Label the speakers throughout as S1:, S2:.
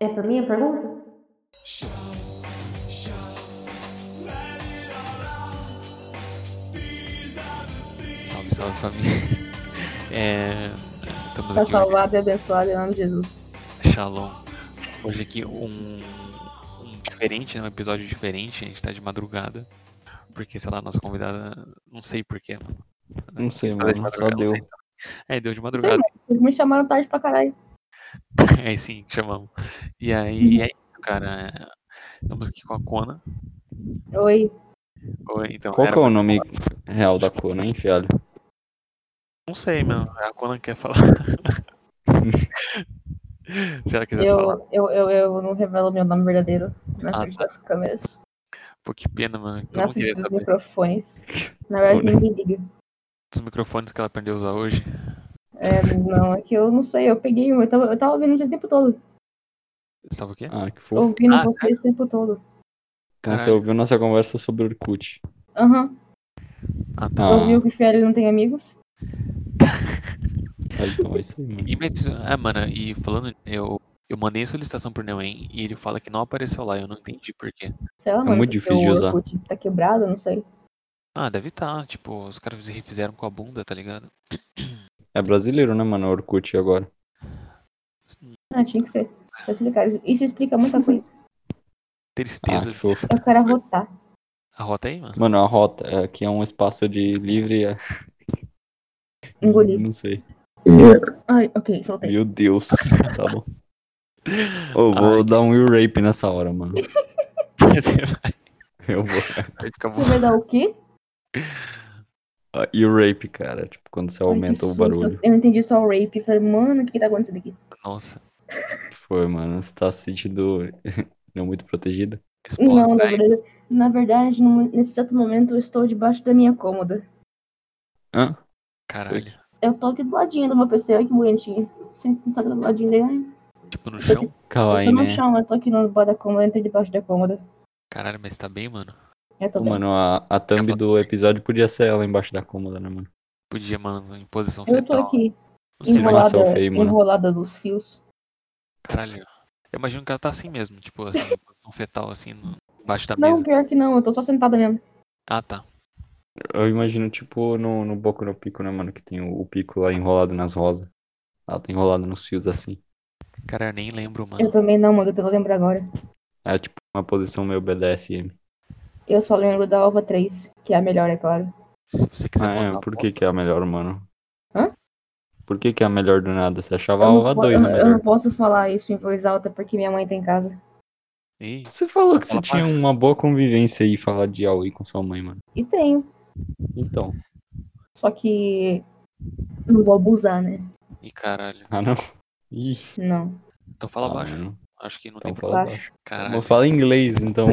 S1: É para mim a pergunta?
S2: Salve, salve família. É, estamos
S3: Está
S2: aqui hoje,
S3: salvado e abençoado em nome de Jesus.
S2: Shalom. Hoje aqui um, um diferente, né, um episódio diferente. A gente tá de madrugada. Porque, sei lá, nossa convidada, não sei porquê, mano.
S4: Não sei,
S2: Ela é de
S4: mano. Só
S2: madrugada, não
S4: deu.
S2: sei. É, deu de
S3: Sei,
S2: madrugada.
S3: mas vocês me chamaram tarde pra caralho.
S2: É sim, chamamos. E
S3: Uhum.
S2: aí é isso, cara. Estamos aqui com a Kona.
S3: Oi.
S2: Oi, Então,
S4: Qual
S2: era-
S4: que é o nome real da cor, né, hein, fialho?
S2: Não sei, mano. A Kona quer falar. Se ela quiser falar.
S3: Eu, eu, eu, eu não revelo meu nome verdadeiro na
S2: Ah,
S3: frente
S2: tá.
S3: das câmeras,
S2: Pô, que pena, mano. Então Todo
S3: na
S2: mundo
S3: frente
S2: queria
S3: dos
S2: saber né?
S3: microfones. Na verdade,
S4: Olha.
S3: ninguém liga.
S2: dos microfones que ela aprendeu a usar hoje.
S3: É, não, é que eu não sei, eu peguei um, eu tava, eu tava ouvindo o tempo todo.
S2: Sabe o
S3: É.
S2: quê?
S4: Ah, que fofo.
S3: Ouvindo
S2: Ah,
S3: vocês o tempo todo.
S4: Então você
S2: caralho.
S4: ouviu nossa conversa sobre Orkut.
S3: Aham.
S2: Ah, tá.
S4: Ah,
S3: Eu ouviu que o Fiel não tem amigos?
S4: aí, então é isso aí, mano.
S2: E, mas, ah, mano, e falando, eu, eu mandei a solicitação pro Neuem e ele fala que não apareceu lá, eu não entendi por quê.
S3: Sei lá, mano.
S4: muito
S3: porque
S4: difícil de
S3: o
S4: usar.
S3: Orkut Tá quebrado, eu não sei.
S2: Ah, deve estar, tipo, os caras refizeram com a bunda, tá ligado?
S4: É brasileiro, né, mano, Orkut agora.
S3: Ah, tinha que ser. Pra explicar. Isso isso explica muita coisa.
S4: Ah,
S2: Tristeza.
S4: que fofo.
S3: Eu quero votar.
S2: a rota aí, mano?
S4: Mano, a rota. é, Aqui é um espaço de livre. é,
S3: Engolir.
S4: Não sei.
S3: Ai, ok, soltei.
S4: Meu Deus. Tá bom. Ô, vou dar um will rape nessa hora, mano.
S2: Você vai,
S4: Eu vou.
S2: vai ficar
S3: Você
S2: bom.
S3: vai dar o quê?
S4: Ah, Will rape, cara. Tipo, quando você
S3: Ai, que
S4: aumenta o
S3: susto.
S4: barulho.
S3: Eu não entendi só o rape. Falei, mano, o que, que tá acontecendo aqui?
S2: Nossa.
S4: Foi, mano. Você tá se sentindo não muito protegida?
S2: Spoiler,
S3: não, na
S2: vai.
S3: verdade, na verdade, no- nesse exato momento eu estou debaixo da minha cômoda.
S4: Hã?
S2: Caralho.
S3: Eu tô aqui do ladinho do meu PC, olha que bonitinho. Sempre tô aqui do ladinho dele. ai.
S2: Tipo, no chão?
S3: Eu tô
S4: Kawaii,
S3: no
S4: né?
S3: chão, eu tô aqui no bar da cômoda, eu entrei debaixo da cômoda.
S2: Caralho, mas tá bem, mano.
S3: Eu tô
S4: Pô,
S3: bem.
S4: mano, a, a thumb
S2: botar
S4: do episódio podia ser ela embaixo da cômoda, né, mano?
S2: Podia, mano, em posição
S3: Eu tô
S4: tá
S2: fetal.
S3: aqui,
S2: Não sei,
S4: Enrolar.
S3: enrolada,
S4: selfie aí, mano.
S3: enrolada dos fios.
S2: Caralho. Eu imagino que ela tá assim mesmo, tipo, assim, em posição fetal, assim, no- embaixo
S4: Tá
S2: da
S3: Não,
S2: mesa.
S3: pior que não, eu tô só sentada mesmo.
S2: Ah, tá.
S4: Eu imagino, tipo, no, no Boku no Pico, né, mano? Que tem o, o pico lá enrolado nas rosas. Ela tá enrolada nos fios assim.
S2: Cara, eu nem lembro, mano.
S3: Eu também não, mano, eu tô lembro agora.
S4: É tipo uma posição meio BDSM.
S3: Eu só lembro da Alva 3, que é a melhor, é claro.
S2: Se você quiser
S4: Ah,
S2: mandar
S4: é, por
S2: foto-
S4: que que é a melhor, mano?
S3: Hã?
S4: Por que que é a melhor do nada? Você achava a
S3: eu, não
S4: Alva
S3: po-
S4: 2
S3: eu,
S4: a
S3: não- eu não
S4: melhor.
S3: posso falar isso em voz alta porque minha mãe tá em casa.
S2: Ih,
S4: Você falou que você
S2: Fala
S4: tinha uma boa convivência aí, falar de Aoi com sua mãe, mano.
S3: E tenho,
S4: Então.
S3: só que não vou abusar, né?
S2: ih, caralho.
S4: Ah, não. Ih,
S3: Não.
S2: Então fala
S4: ah,
S2: baixo.
S4: mano.
S2: Acho que não
S4: Então
S2: tem
S4: fala
S2: problema.
S3: baixo.
S4: baixo.
S2: Caralho.
S4: Fala inglês, então.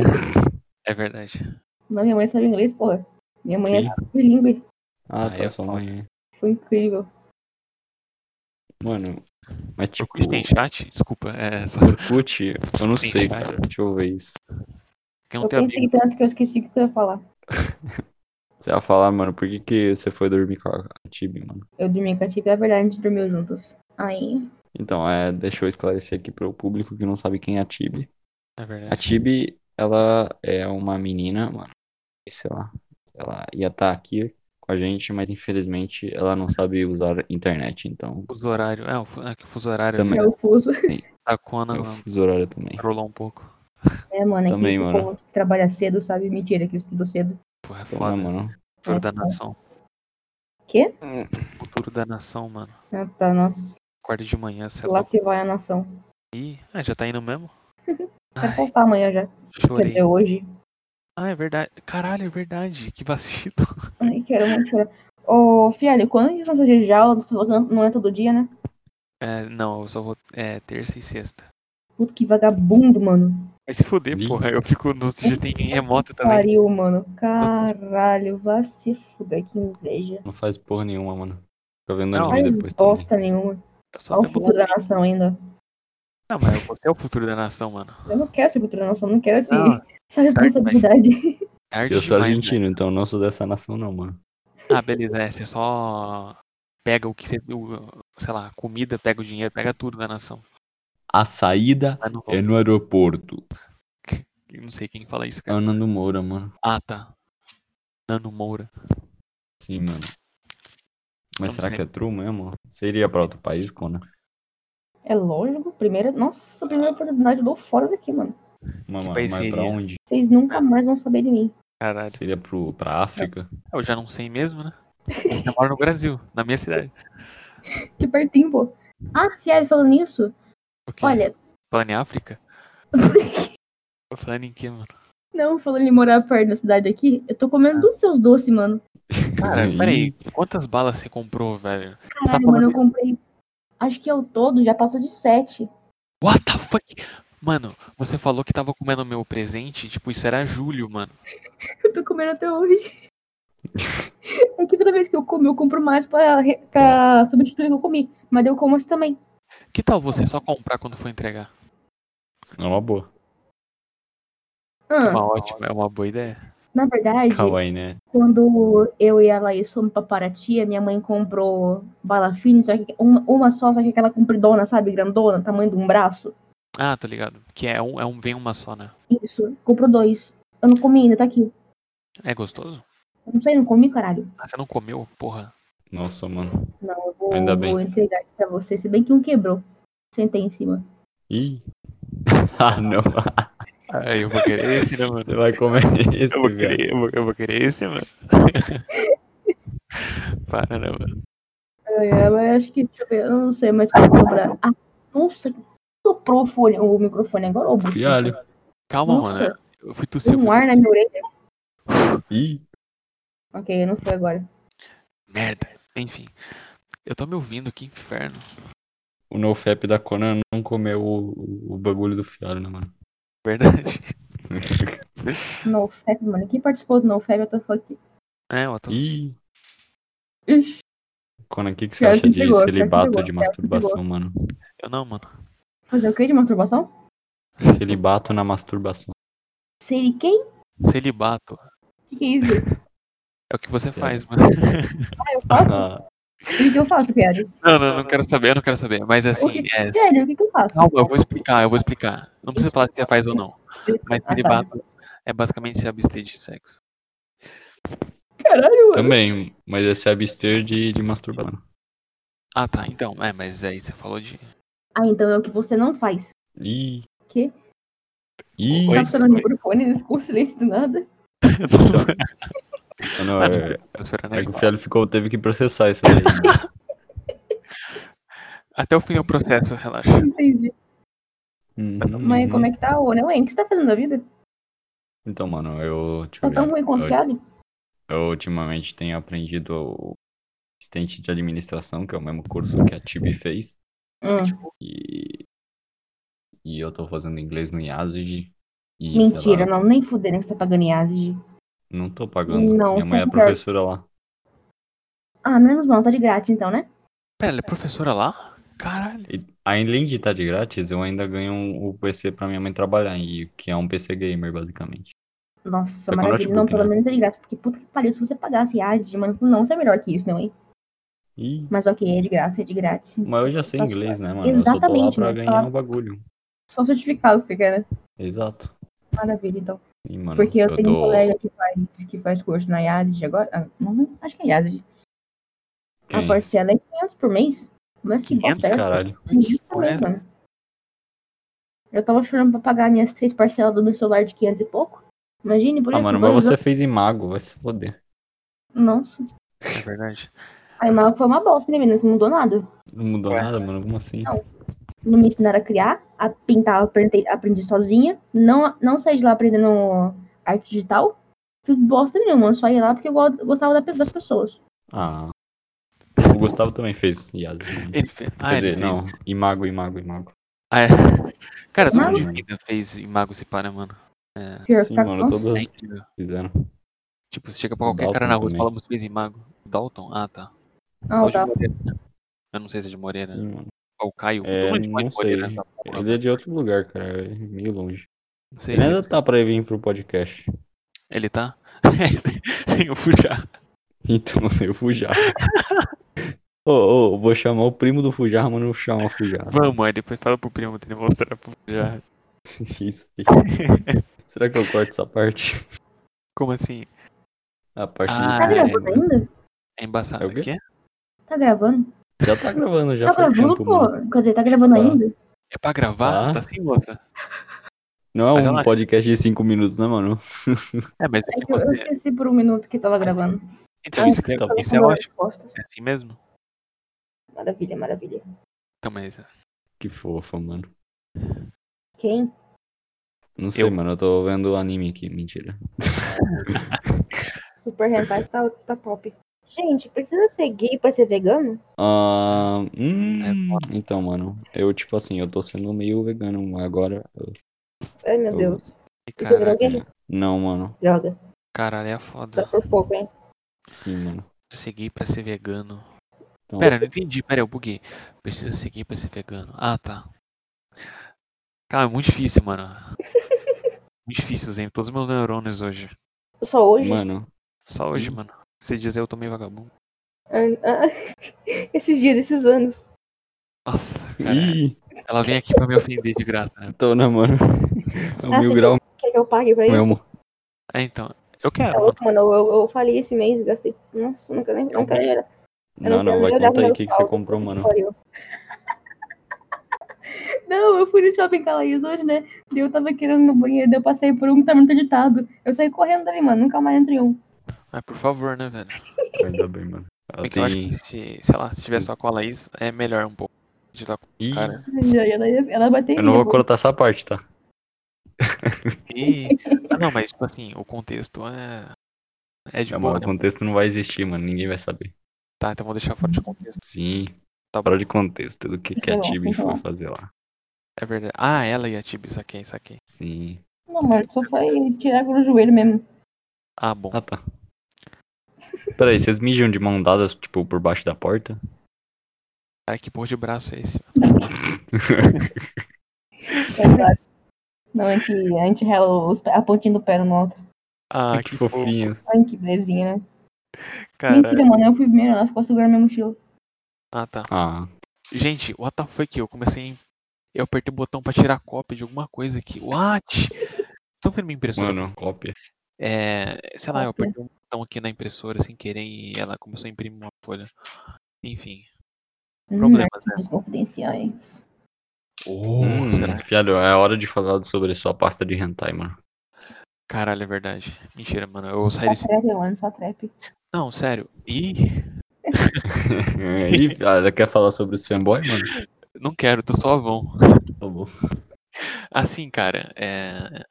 S2: É verdade.
S3: Não, minha mãe sabe inglês, porra. Minha mãe
S4: Que?
S3: é bilíngue.
S4: Ah,
S2: Ah,
S4: tá,
S2: eu
S4: sua
S2: falo.
S4: mãe. é.
S3: Foi incrível.
S4: Mano, mas tipo.
S2: Orkut tem chat? Desculpa, é só.
S4: Orkut, eu não
S2: Tem
S4: sei,
S2: chat.
S4: cara. Deixa eu ver isso.
S2: Porque eu não
S3: Eu
S2: tenho
S3: pensei
S2: amigo.
S3: tanto que eu esqueci o que eu ia falar.
S4: Você vai falar, mano, por que, que você foi dormir com a Tibi, mano?
S3: Eu dormi com a Tipe, é verdade, a gente dormiu juntos. Aí,
S4: Então, é, deixa eu esclarecer aqui pro público que não sabe quem é a Tibi.
S2: É
S4: A
S2: verdade.
S4: Tibi, ela é uma menina, mano. Sei lá. Ela ia estar aqui com a gente, mas infelizmente ela não sabe usar internet, então.
S2: Fuso horário. É, o fu- é que o fuso horário
S4: Também.
S2: ali tá
S3: é o fuso.
S2: da Kona
S4: Eu fiz horário também.
S2: trollou um pouco.
S3: É, mano, é que
S4: Também,
S3: esse
S4: mano.
S3: povo que trabalha cedo, sabe? Mentira, que estuda cedo.
S2: Porra, é
S4: Então,
S2: foda.
S4: né, mano?
S2: Futuro da nação.
S3: Quê?
S2: Hum. Futuro da nação, mano.
S3: Ah, tá, nossa.
S2: Acorda de manhã, sei lá.
S3: Lá É se vai a nação.
S2: Ih, ah, já tá indo mesmo?
S3: Vai
S2: Ai,
S3: faltar amanhã já. Quer
S2: chorei.
S3: dizer, hoje.
S2: Ah, é verdade. Caralho, é verdade. Que vacilo.
S3: Ai, quero muito chorar. Ô, Fialho, quando que são seus de aula? Você falou que não é todo dia, né?
S2: É, não, eu só vou. É, terça e sexta.
S3: Puto que vagabundo, mano.
S2: Vai se fuder,
S4: Ih.
S2: porra. Eu fico nos dias tem é remoto também.
S3: Pariu, mano. Caralho, vai se fuder, que inveja.
S4: Não faz porra nenhuma, mano. Fica vendo
S2: Não,
S4: anime
S3: Faz
S4: depois também.
S3: bosta nenhuma.
S2: Eu só
S3: Olha É o
S2: bebo-
S3: futuro da nação ainda.
S2: Não, mas você é o futuro da nação, mano.
S3: Eu não quero ser futuro da nação, não quero esse,
S2: Não,
S3: essa responsabilidade.
S2: Tarde
S4: Eu sou
S2: demais, né?
S4: argentino, então eu não sou dessa nação, não, mano.
S2: Ah, beleza, é, você só pega o que você. o- sei lá, comida, pega o dinheiro, pega tudo da nação.
S4: A saída
S2: Ah, não,
S4: é no aeroporto.
S2: eu não sei quem fala isso,
S4: É
S2: cara.
S4: o Nando Moura, mano.
S2: Ah, tá. Nano Moura.
S4: Sim, mano. Mas
S2: Vamos
S4: será que
S2: ver.
S4: é true mesmo? Você iria pra outro país, Conan?
S3: É lógico, primeira. Nossa, primeira oportunidade eu dou fora daqui, mano.
S4: Mano,
S2: país
S4: mas
S2: você
S4: pra
S2: iria?
S4: onde?
S3: Vocês nunca mais vão saber de mim.
S2: Caralho.
S4: Seria pro, pra África?
S2: Eu já não sei mesmo, né? Eu moro no Brasil, na minha cidade.
S3: Que pertinho, pô. Ah, Fiel, falando nisso,
S2: Porque,
S3: olha,
S2: Falando em África? Tô falando em que, mano?
S3: não, falando em morar perto da cidade aqui, eu tô
S2: Ah.
S3: comendo todos os seus doces, mano.
S2: Cara,
S4: Aí,
S2: peraí, quantas balas você comprou, velho? Só falando
S3: Caralho, mano, eu
S2: isso.
S3: comprei. Acho que ao todo já passou de sete.
S2: What the fuck? Mano, você falou que tava comendo meu presente, tipo, isso era julho, mano.
S3: Eu tô comendo até hoje. É que toda vez que eu como, eu compro mais pra, re- pra substituir o que eu comi. Mas daí eu como esse também.
S2: Que tal você só comprar quando for entregar?
S4: É uma boa.
S2: É
S3: Ah,
S2: Uma ótima, é uma boa ideia.
S3: na verdade,
S4: Kawaii, né?
S3: quando eu e a Laís fomos pra Paraty, minha mãe comprou bala fine, só que uma, uma só, só que aquela compridona, sabe? Grandona, tamanho de um braço.
S2: Ah, tô ligado. Que é um, é um vem uma só, né?
S3: Isso, comprou dois. Eu não comi ainda, tá aqui.
S2: É gostoso?
S3: Eu não sei, não comi, caralho.
S2: Ah, você não comeu? Porra.
S4: Nossa, mano.
S3: Não, eu vou,
S4: Ainda bem.
S3: vou entregar isso pra você, se bem que um quebrou. Sentei em cima.
S4: Ih. ah, não.
S2: Ah, eu vou querer esse, né, mano?
S4: Você vai comer esse,
S2: Eu vou
S4: velho.
S2: querer, eu vou, eu vou querer esse, mano. Para, né, mano?
S3: É, mas acho que, deixa eu ver, eu não sei mais pode sobrar. Ah, nossa, soprou o, fone, o microfone agora, ô bicho.
S4: Fialho.
S2: Calma,
S3: Nossa,
S2: mano. é Eu fui tossir. eu
S3: tem um
S2: fui-
S3: ar na minha orelha.
S4: Ih.
S3: Ok, não foi agora.
S2: Merda. Enfim. Eu tô me ouvindo, que inferno.
S4: O NoFap da Conan não comeu o, o bagulho do fiado, né, mano?
S2: Verdade.
S3: NoFap, mano, quem participou do NoFap, eu tô falando aqui.
S2: É, eu tô...
S4: Ih.
S3: Ixi,
S4: Conan, o que, que você
S3: Fiado
S4: acha
S3: se
S4: de
S3: entregou, fiado se
S4: celibato
S3: entregou,
S4: de
S3: fiado se
S4: masturbação, mano?
S2: Eu não, mano.
S3: fazer o que de masturbação?
S4: Celibato na masturbação.
S3: Sei quem? O
S2: Celibato.
S3: que, que é isso?
S2: É o que você faz, mano.
S3: Ah, eu faço?
S4: Ah,
S3: O que, que eu faço, Piário?
S2: Não, não, não quero saber, eu não quero saber. Mas assim,
S3: que-
S2: é.
S3: Piário, o que, que eu faço?
S2: Calma, eu vou explicar, eu vou explicar. Não precisa falar se você faz ou não. Mas
S3: Ah, tá.
S2: celibato é basicamente se abster de sexo.
S3: Caralho, mano.
S4: também, mas é se abster de, de masturbação.
S2: Ah, tá. Então, é, mas aí você falou de.
S3: Ah, então é o que você não faz.
S4: Ih.
S3: Que?
S4: Ih.
S2: Oi?
S3: Tá funcionando o microfone, ficou um silêncio do nada.
S4: Não, não,
S2: Ah, não,
S4: é,
S2: transferindo
S4: é que o
S2: aqui.
S4: Fialho ficou, teve que processar isso daí. né?
S2: Até o fim é o processo, relaxa.
S3: Entendi.
S4: Uhum,
S3: Mas como é
S4: uhum.
S3: que tá o Neuwen? O que você tá fazendo da vida?
S4: Então, mano, eu, deixa
S3: Tá
S4: eu,
S3: tão
S4: ver.
S3: ruim confiado?
S4: eu, eu ultimamente tenho aprendido o assistente de administração, que é o mesmo curso que a Tibi fez.
S3: Hum.
S4: E, e eu tô fazendo inglês no Yazid. E, sei
S3: Mentira,
S4: lá,
S3: não, nem fudendo que você tá pagando em Yazid.
S4: não tô pagando.
S3: Não,
S4: Minha mãe é
S3: sabe por quê?
S4: professora lá.
S3: Ah, menos mal, tá de grátis então, né?
S2: Pera, ela é professora lá? Caralho.
S4: E, além de estar tá de grátis, eu ainda ganho um- o PC pra minha mãe trabalhar, e que é um PC gamer, basicamente.
S3: Nossa,
S4: Tá com
S3: maravilha. Não,
S4: notebook,
S3: pelo
S4: né?
S3: menos tá de grátis, porque puta que pariu, se você pagasse Yazid, mano, não, você é melhor que isso, não, hein?
S4: Ih,
S3: Mas ok, é de graça, é de grátis.
S4: mas eu já sei
S3: Nossa,
S4: inglês, né, mano? Eu só tô lá
S3: Exatamente,
S4: pra
S3: mano.
S4: ganhar um bagulho.
S3: Só certificado você quer, né?
S4: Exato.
S3: Maravilha, então.
S4: Sim, mano.
S3: Porque eu, tenho um
S4: Ah, tô-
S3: colega que faz, que faz curso na Yazid agora. Ah, não, acho que é Yazid. A
S4: Quem?
S3: parcela é 500 por mês. Mas que
S2: 500,
S3: bosta é essa?
S4: Caralho.
S3: Ninguém também, mano. Eu tava chorando pra pagar minhas três parcelas do meu celular de 500 e pouco. Imagine, por
S4: Ah,
S3: isso.
S4: mano, mas
S3: dois
S4: você
S3: anos-
S4: fez imago, vai se foder.
S3: Nossa.
S2: É verdade.
S3: A Imago foi uma bosta, né, menino? Não mudou nada.
S4: Não mudou
S2: Ué.
S4: nada, mano? Como assim?
S3: Não. Não me ensinaram a criar, a pintar, eu aprendi, aprendi sozinha. Não, não saí de lá aprendendo arte digital. Fiz bosta nenhuma, eu só ia lá porque eu go- gostava da- das pessoas.
S4: Ah. O Gustavo também fez Yazid. Quer
S2: Ele fez. Ah, ele
S4: dizer,
S2: fez.
S4: não. Imago, imago, imago.
S2: Ah, é. Cara,
S3: Sim,
S2: todo mundo
S4: mano.
S2: ainda fez Imago se para, mano. É.
S3: Pior
S4: Sim,
S3: ficar
S4: mano,
S3: com-
S4: todas
S2: é
S4: as-
S2: incrível.
S4: Fizeram.
S2: Tipo, você chega pra qualquer cara
S4: Dalton
S2: na rua e
S4: também.
S2: fala, você fez Imago. Dalton? Ah, tá.
S3: Ah,
S2: Ou de
S3: tá.
S2: Moreira, né? Eu não sei se é de Moreira.
S4: Sim, mano.
S2: Ou Caio.
S4: É,
S2: todo mundo de
S4: não
S2: Moreira
S4: sei.
S2: nessa porra,
S4: Ele é de outro lugar, cara. é Meio longe.
S2: Não sei.
S4: Ele ainda tá pra vir pro podcast.
S2: Ele tá? Sem eu fujar.
S4: Então eu fui já. Ô, ô, vou chamar o primo do Fujar, mas não chamar o Fujar.
S2: Vamos, aí depois fala pro primo dele mostrar pro já.
S4: Isso aí. Será que eu corto essa parte?
S2: Como assim?
S4: A parte
S2: Ah,
S3: Tá
S4: de...
S3: gravando ainda?
S2: É embaçado.
S4: É o quê?
S2: O quê?
S3: Tá gravando?
S4: Já tá gravando, já
S3: Tá
S4: faz
S3: gravando,
S4: tempo,
S3: pô?
S4: mano.
S3: Quer dizer, tá gravando
S4: Tá.
S3: ainda?
S2: É pra gravar?
S4: Ah.
S2: Tá sem moça.
S4: Não é
S2: Mas
S4: um
S2: ela-
S4: podcast de 5 minutos, né, mano?
S2: É, mas o
S3: É
S2: que
S3: que eu eu
S2: você.
S3: esqueci por um minuto que tava gravando.
S2: Então,
S4: eu
S2: isso,
S4: escrevo-
S2: isso é
S3: Tava com
S2: ótimo.
S3: costas.
S2: É assim mesmo?
S3: Maravilha, maravilha.
S2: Então, mas. é.
S4: Que fofa, mano.
S3: Quem?
S4: Não sei,
S2: Eu-
S4: mano, eu tô vendo o anime aqui, mentira.
S3: Super Hentai tá, tá top. Gente, precisa ser gay pra ser vegano?
S4: Ah, hum,
S2: É foda.
S4: então, mano, eu, tipo assim, eu tô sendo meio vegano agora. eu-
S3: Ai, meu
S4: Eu-
S3: Deus.
S2: Ih,
S3: E você virou
S2: Caralho,
S4: né?
S3: gay?
S4: Não, mano,
S3: Droga.
S2: caralho, é
S3: Dá
S2: foda.
S3: por pouco, hein?
S4: sim, mano.
S2: Seguir pra ser vegano.
S4: Então,
S2: Pera, não entendi. Pera, eu buguei. Precisa seguir pra ser vegano. Ah, tá. Cara, é muito difícil, mano. muito difícil, usei todos os meus neurônios hoje.
S3: Só hoje?
S4: mano,
S2: Só hoje,
S4: Hum.
S2: mano. Esses dias eu tomei vagabundo.
S3: Ah, ah, esses dias, esses anos.
S2: Nossa, cara.
S4: ih,
S2: Ela vem aqui pra me ofender de graça, né?
S4: tô, né, mano? É
S3: Ah,
S4: o mil
S3: você
S4: grau
S3: Quer que eu pague pra isso?
S4: mesmo.
S2: É, então. Eu
S3: Tá
S2: quero, mano.
S3: louco, mano. Eu, eu falei esse mês, gastei. Nossa, nunca nem. Nunca nem era. Eu não
S4: Não, não,
S3: quero
S4: vai
S3: nem olhar
S4: contar aí
S3: pro
S4: o que, que
S3: saldo.
S4: você comprou, mano.
S3: Pariu. Não, eu fui no shopping Calaios hoje, né? Daí eu tava querendo ir no banheiro, daí eu passei por um que tava muito editado. Eu saí correndo dali, mano. Nunca mais entrei em um.
S2: Mas por favor, né, velho?
S4: Ainda bem, mano. Ela
S2: É que eu acho
S4: tem...
S2: que se, sei lá, se tiver só com a Laís, é melhor um pouco. De tá com
S4: Ih,
S2: cara.
S3: Já- Ela, ia- ela bateu em
S4: eu
S3: mim.
S4: não vou
S3: depois.
S4: cortar essa parte, tá?
S2: E... Ah, não, mas tipo assim, o contexto é. É de
S4: É,
S2: boa,
S4: mano, o
S2: né?
S4: contexto não vai existir, mano, ninguém vai saber.
S2: Tá, então vou deixar fora de contexto.
S4: Sim,
S2: Tá bom.
S4: fora de contexto do que,
S3: Sim,
S4: que a
S3: tá bom,
S4: Tibi
S3: sim, tá
S4: foi
S3: bom.
S4: fazer lá.
S2: É verdade. Ah, ela e a Tibi, saquei, saquei.
S4: Sim.
S3: Não, mano, só foi tirar pelo joelho mesmo.
S2: Ah, bom.
S4: Ah, tá. Peraí, vocês mijam de mão dadas, tipo, por baixo da porta?
S2: Cara, que porra de braço é esse?
S3: Exato. É Não, a gente, a gente rela os pé- a pontinha do pé no outro.
S2: Ah,
S4: que fofinho.
S3: Ai, que belezinha, né?
S2: Cara.
S3: Mentira, mano, eu fui primeiro, ela ficou segurando minha mochila.
S2: Ah, tá.
S4: Ah,
S2: Gente, what the fuck? Eu comecei. Eu apertei o botão pra tirar a cópia de alguma coisa aqui. What? Vocês estão vendo minha impressora?
S4: mano, cópia.
S2: É, sei lá, eu
S3: Cópia.
S2: apertei um botão aqui na impressora sem querer e ela começou a imprimir uma folha. Enfim,
S3: Hum,
S2: problemas, né?
S3: Os
S4: É
S3: confidenciais.
S2: Oh,
S4: Hum,
S2: será?
S4: Fiado, é hora de falar sobre sua pasta de hentai, mano.
S2: Caralho, é verdade. Mentira, mano. Eu saí
S3: Só
S2: desse.
S3: trap, mano, só trap.
S2: Não, sério. Ih,
S4: Ih, fiado, ah, quer falar sobre os fanboy, mano?
S2: não quero, tô só avão.
S4: Tá bom.
S2: Assim, cara, é.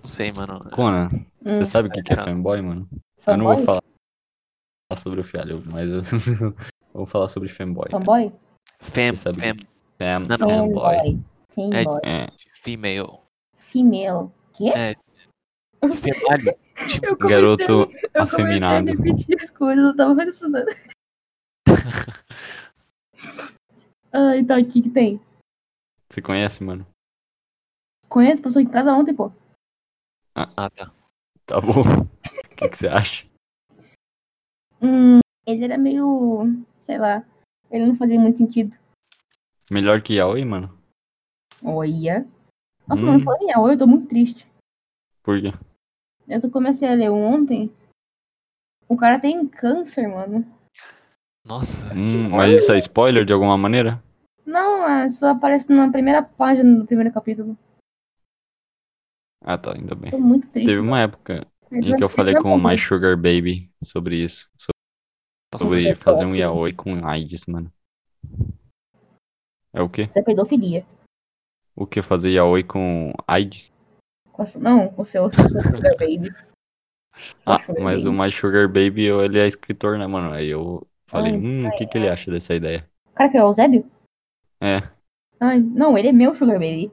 S2: Não sei, mano.
S4: Conan, você tá
S3: Hum.
S4: sabe o que, que é
S2: Não.
S4: fanboy, mano? Eu não
S3: Fanboy?
S4: vou falar sobre o fiado, mas eu vou falar sobre fanboy.
S3: Fanboy?
S2: Fem,
S4: Você sabe
S2: fem,
S4: Fam,
S2: Não, não.
S4: fanboy.
S3: Fanboy.
S4: É,
S2: female.
S3: Female. Quê?
S2: É. Femalho. Tipo,
S3: Eu
S4: garoto
S3: eu
S4: afeminado.
S3: comecei a repetir as coisas, eu tava ressonando. ah, então, o que que tem?
S4: Você conhece, mano?
S3: Conhece? Passou em casa ontem, pô.
S2: Ah, tá.
S4: Tá bom. O que, que você acha?
S3: Hum, ele era meio... Sei lá. Ele não fazia muito sentido.
S4: Melhor que Yaoi, mano?
S3: Olha. Nossa,
S4: Hum.
S3: mano, falando em Yaoi, eu tô muito triste.
S4: Por quê?
S3: Eu tô- comecei a ler um ontem. O cara tem câncer, mano.
S2: Nossa.
S4: Hum, mas isso é spoiler de alguma maneira?
S3: Não, é só aparece na primeira página do primeiro capítulo.
S4: Ah, tá, ainda bem.
S3: Tô muito triste. tá
S4: Teve uma época em que eu falei com o My
S3: né?
S4: Sugar Baby sobre isso. so-
S3: é
S4: Sobre fazer um yaoi com AIDS, mano. É o quê?
S3: Isso é pedofilia.
S4: O que? Fazer yaoi com AIDS?
S3: Com a sua- Não, com o seu sugar baby.
S4: Ah,
S3: Sugar
S4: mas o
S3: baby.
S4: My Sugar Baby, eu- ele é escritor, né, mano? Aí eu falei,
S3: Ai,
S4: hum, o que, que ele acha dessa ideia?
S3: Cara, que é o Eusébio?
S4: É,
S3: Ai, não, ele é meu sugar baby.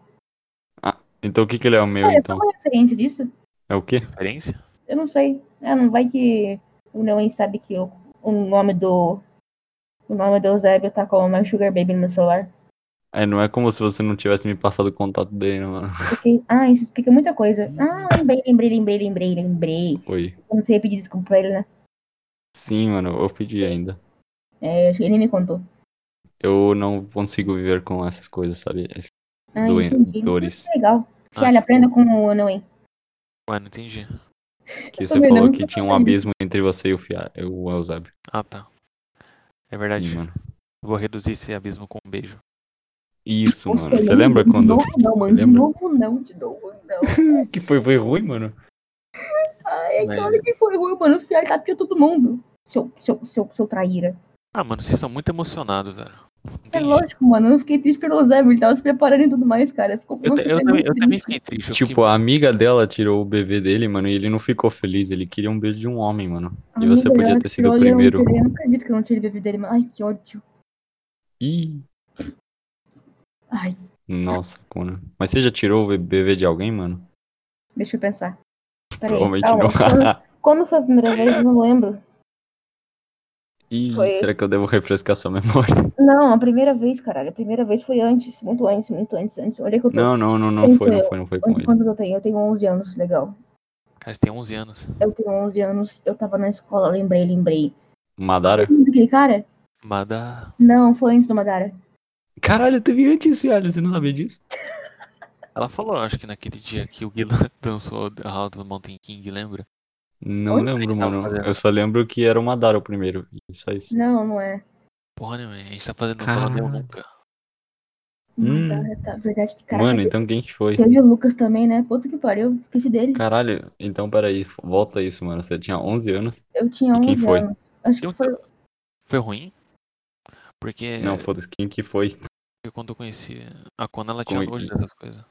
S4: então o que, que ele é o meu,
S3: Olha,
S4: então?
S3: qual é a referência disso?
S4: É o quê?
S2: Referência?
S3: Eu não sei. Ah, não vai que o Neon sabe que o, o nome do... O nome do Eusébio tá com o meu sugar baby no meu celular.
S4: É, não é como se você não tivesse me passado o contato dele, né, mano.
S3: Porque- Ah, isso explica muita coisa. Ah, lembrei, lembrei, lembrei, lembrei, lembrei.
S4: Oi.
S3: Eu não sei pedir desculpa pra ele, né?
S4: Sim, mano, eu pedi ainda.
S3: É, acho que ele nem me contou.
S4: Eu não consigo viver com essas coisas, sabe? Essas
S3: Ah,
S4: doen-
S3: entendi.
S4: dores.
S3: Legal.
S2: Ah,
S3: Fialha, aprenda com o Noé.
S2: Ué, não entendi.
S4: Que
S3: Eu
S4: você
S3: também não
S4: falou
S3: tô
S4: que tinha um
S3: falando.
S4: abismo entre você e o, Fia, o Elzab.
S2: Ah, tá. É verdade.
S4: Sim, mano.
S2: Vou reduzir esse abismo com um beijo.
S4: Isso,
S3: Nossa,
S4: mano.
S3: eu
S4: Você
S3: lembro.
S4: lembra
S3: De
S4: quando.
S3: novo não, mano. De
S4: lembra?
S3: novo não, de novo não.
S4: Que foi, foi ruim, mano.
S3: Ai, é
S2: Mas-
S3: claro que foi ruim, mano. O Fialha capiou todo mundo. Seu, seu, seu, seu traíra.
S2: Ah, mano, vocês são muito emocionados, velho. Não
S3: É
S2: tem jeito.
S3: lógico, mano. Eu não fiquei triste pelo Zé, ele tava se preparando e tudo mais, cara. Ficou
S2: Eu,
S3: nossa,
S2: ta- eu
S3: foi
S2: também,
S3: muito
S2: eu também
S3: triste.
S2: fiquei triste. Eu
S4: Tipo,
S2: fiquei-
S4: a amiga dela tirou o bebê dele, mano, e ele não ficou feliz. Ele queria um beijo de um homem, mano. E você
S3: Amiga,
S4: podia
S3: ela
S4: ter sido o
S3: tirou e né? eu-
S4: primeiro.
S3: Eu não acredito que eu não tirei o bebê dele, mano. Ai, que ódio.
S4: Ih,
S3: Ai,
S4: nossa, Conan. Mas você já tirou o bebê de alguém, mano?
S3: deixa eu pensar. Peraí,
S4: Provavelmente
S3: calma. Quando,
S4: não.
S3: quando foi a primeira vez, eu não lembro.
S4: Ih,
S3: Foi.
S4: será que eu devo refrescar sua memória?
S3: Não, a primeira vez, caralho. A primeira vez foi antes, muito antes, muito antes, antes. Onde é que eu tô?
S4: Não, não, não, não
S3: Quem
S4: foi,
S3: sou
S4: não
S3: eu?
S4: foi, não foi com
S3: Onde,
S4: ele.
S3: quanto que eu tenho? Eu tenho 11 anos, legal.
S2: Cara, você tem 11 anos.
S3: Eu tenho 11 anos, eu tava na escola, lembrei, lembrei.
S4: Madara?
S3: Lembra daquele cara?
S2: Mada.
S3: Não, foi antes do Madara.
S4: Caralho, teve antes, viado, você não sabia disso?
S2: Ela falou, acho que naquele dia que o Guilherme dançou a How do Mountain King, lembra?
S4: Não
S2: Onde
S4: lembro,
S2: eles tavam
S4: mano.
S2: fazendo?
S4: Eu só lembro que era o Madara o primeiro. e Só isso.
S3: Não, não é.
S2: Porra, né, velho? A gente tá fazendo um
S4: Caralho.
S2: coronel nunca.
S4: Hum.
S3: Madara, tá, verdade, caraca.
S4: Mano, então quem que foi?
S3: Teve um o Lucas também, né? Puta que pariu, esqueci dele.
S4: Caralho, então peraí, volta isso, mano. Você tinha 11 anos?
S3: Eu tinha
S4: E
S3: 11
S4: quem foi?
S3: anos. Acho
S2: Tem um-
S3: que foi.
S2: Foi ruim? Porque
S4: Não, foda-se, quem que foi?
S2: porque quando eu conheci a Kona, ela tinha
S4: Como é
S2: nojo
S4: que-
S2: dessas coisas.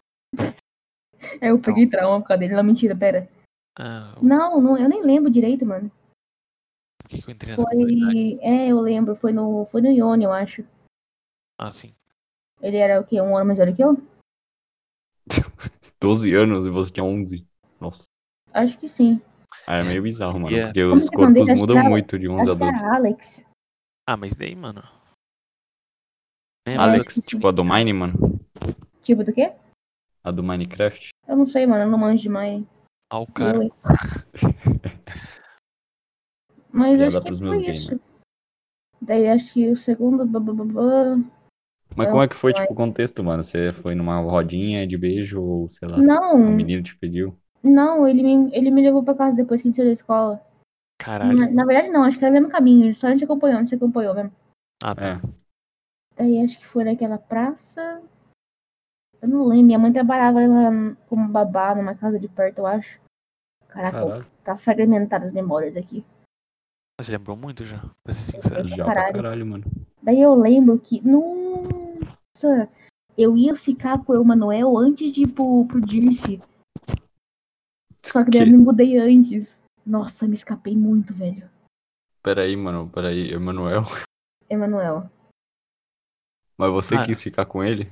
S3: É, eu peguei trauma por causa dele. Não, mentira, pera.
S2: Ah,
S3: Não, não, eu nem lembro direito, mano.
S2: por que, que eu entrei nessa comunidade?
S3: Foi. É, eu lembro. Foi no, foi no Ione, eu acho.
S2: Ah, sim.
S3: Ele era o quê? Um ano mais velho que eu?
S4: 12 anos e você tinha 11? Nossa.
S3: Acho que sim.
S4: Ah, é
S2: É,
S4: meio bizarro, mano.
S2: é.
S4: Porque
S3: Como
S4: os
S3: que é o nome
S4: corpos
S3: dele? Acho
S4: mudam
S3: que era-
S4: muito de 11 a
S3: Acho que
S4: 12.
S3: era Alex.
S2: Ah, mas daí, mano. Né,
S3: Alex,
S2: mano?
S4: Alex, tipo a do Mine, mano.
S3: Tipo do quê?
S4: A do Minecraft.
S3: Eu não sei, mano. Eu não manjo demais.
S2: Ah, o cara.
S3: Eu, hein. Mas
S4: Piada
S3: acho que
S4: pros
S3: foi
S4: meus
S3: isso. Daí acho que o segundo. blá, blá, blá, blá.
S4: Mas
S3: Não,
S4: como é que foi,
S3: não é.
S4: tipo, o contexto, mano? Você foi numa rodinha de beijo ou sei lá, um
S3: Não,
S4: menino te pediu?
S3: não, ele me, ele me levou pra casa depois que a gente saiu da escola. Na,
S2: Caralho.
S3: na verdade, não, acho que era o mesmo caminho, ele só a gente acompanhou, a gente se acompanhou mesmo.
S2: Ah, tá.
S4: É.
S3: Daí acho que foi naquela praça. Eu não lembro, minha mãe trabalhava lá como babá numa casa de perto, eu acho. Caraca,
S4: Caralho,
S3: tá fragmentada as memórias aqui.
S2: Você lembrou muito já, pra ser sincero.
S4: já pra
S3: caralho.
S4: caralho, mano.
S3: Daí eu lembro que, nossa, eu ia ficar com o Emanuel antes de ir pro, pro Dirce. Só que daí eu
S4: Que-
S3: me mudei antes. Nossa, me escapei muito, velho.
S4: Peraí, mano, peraí, Emanuel.
S3: Emanuel.
S4: Mas você
S2: Ah.
S4: quis ficar com ele?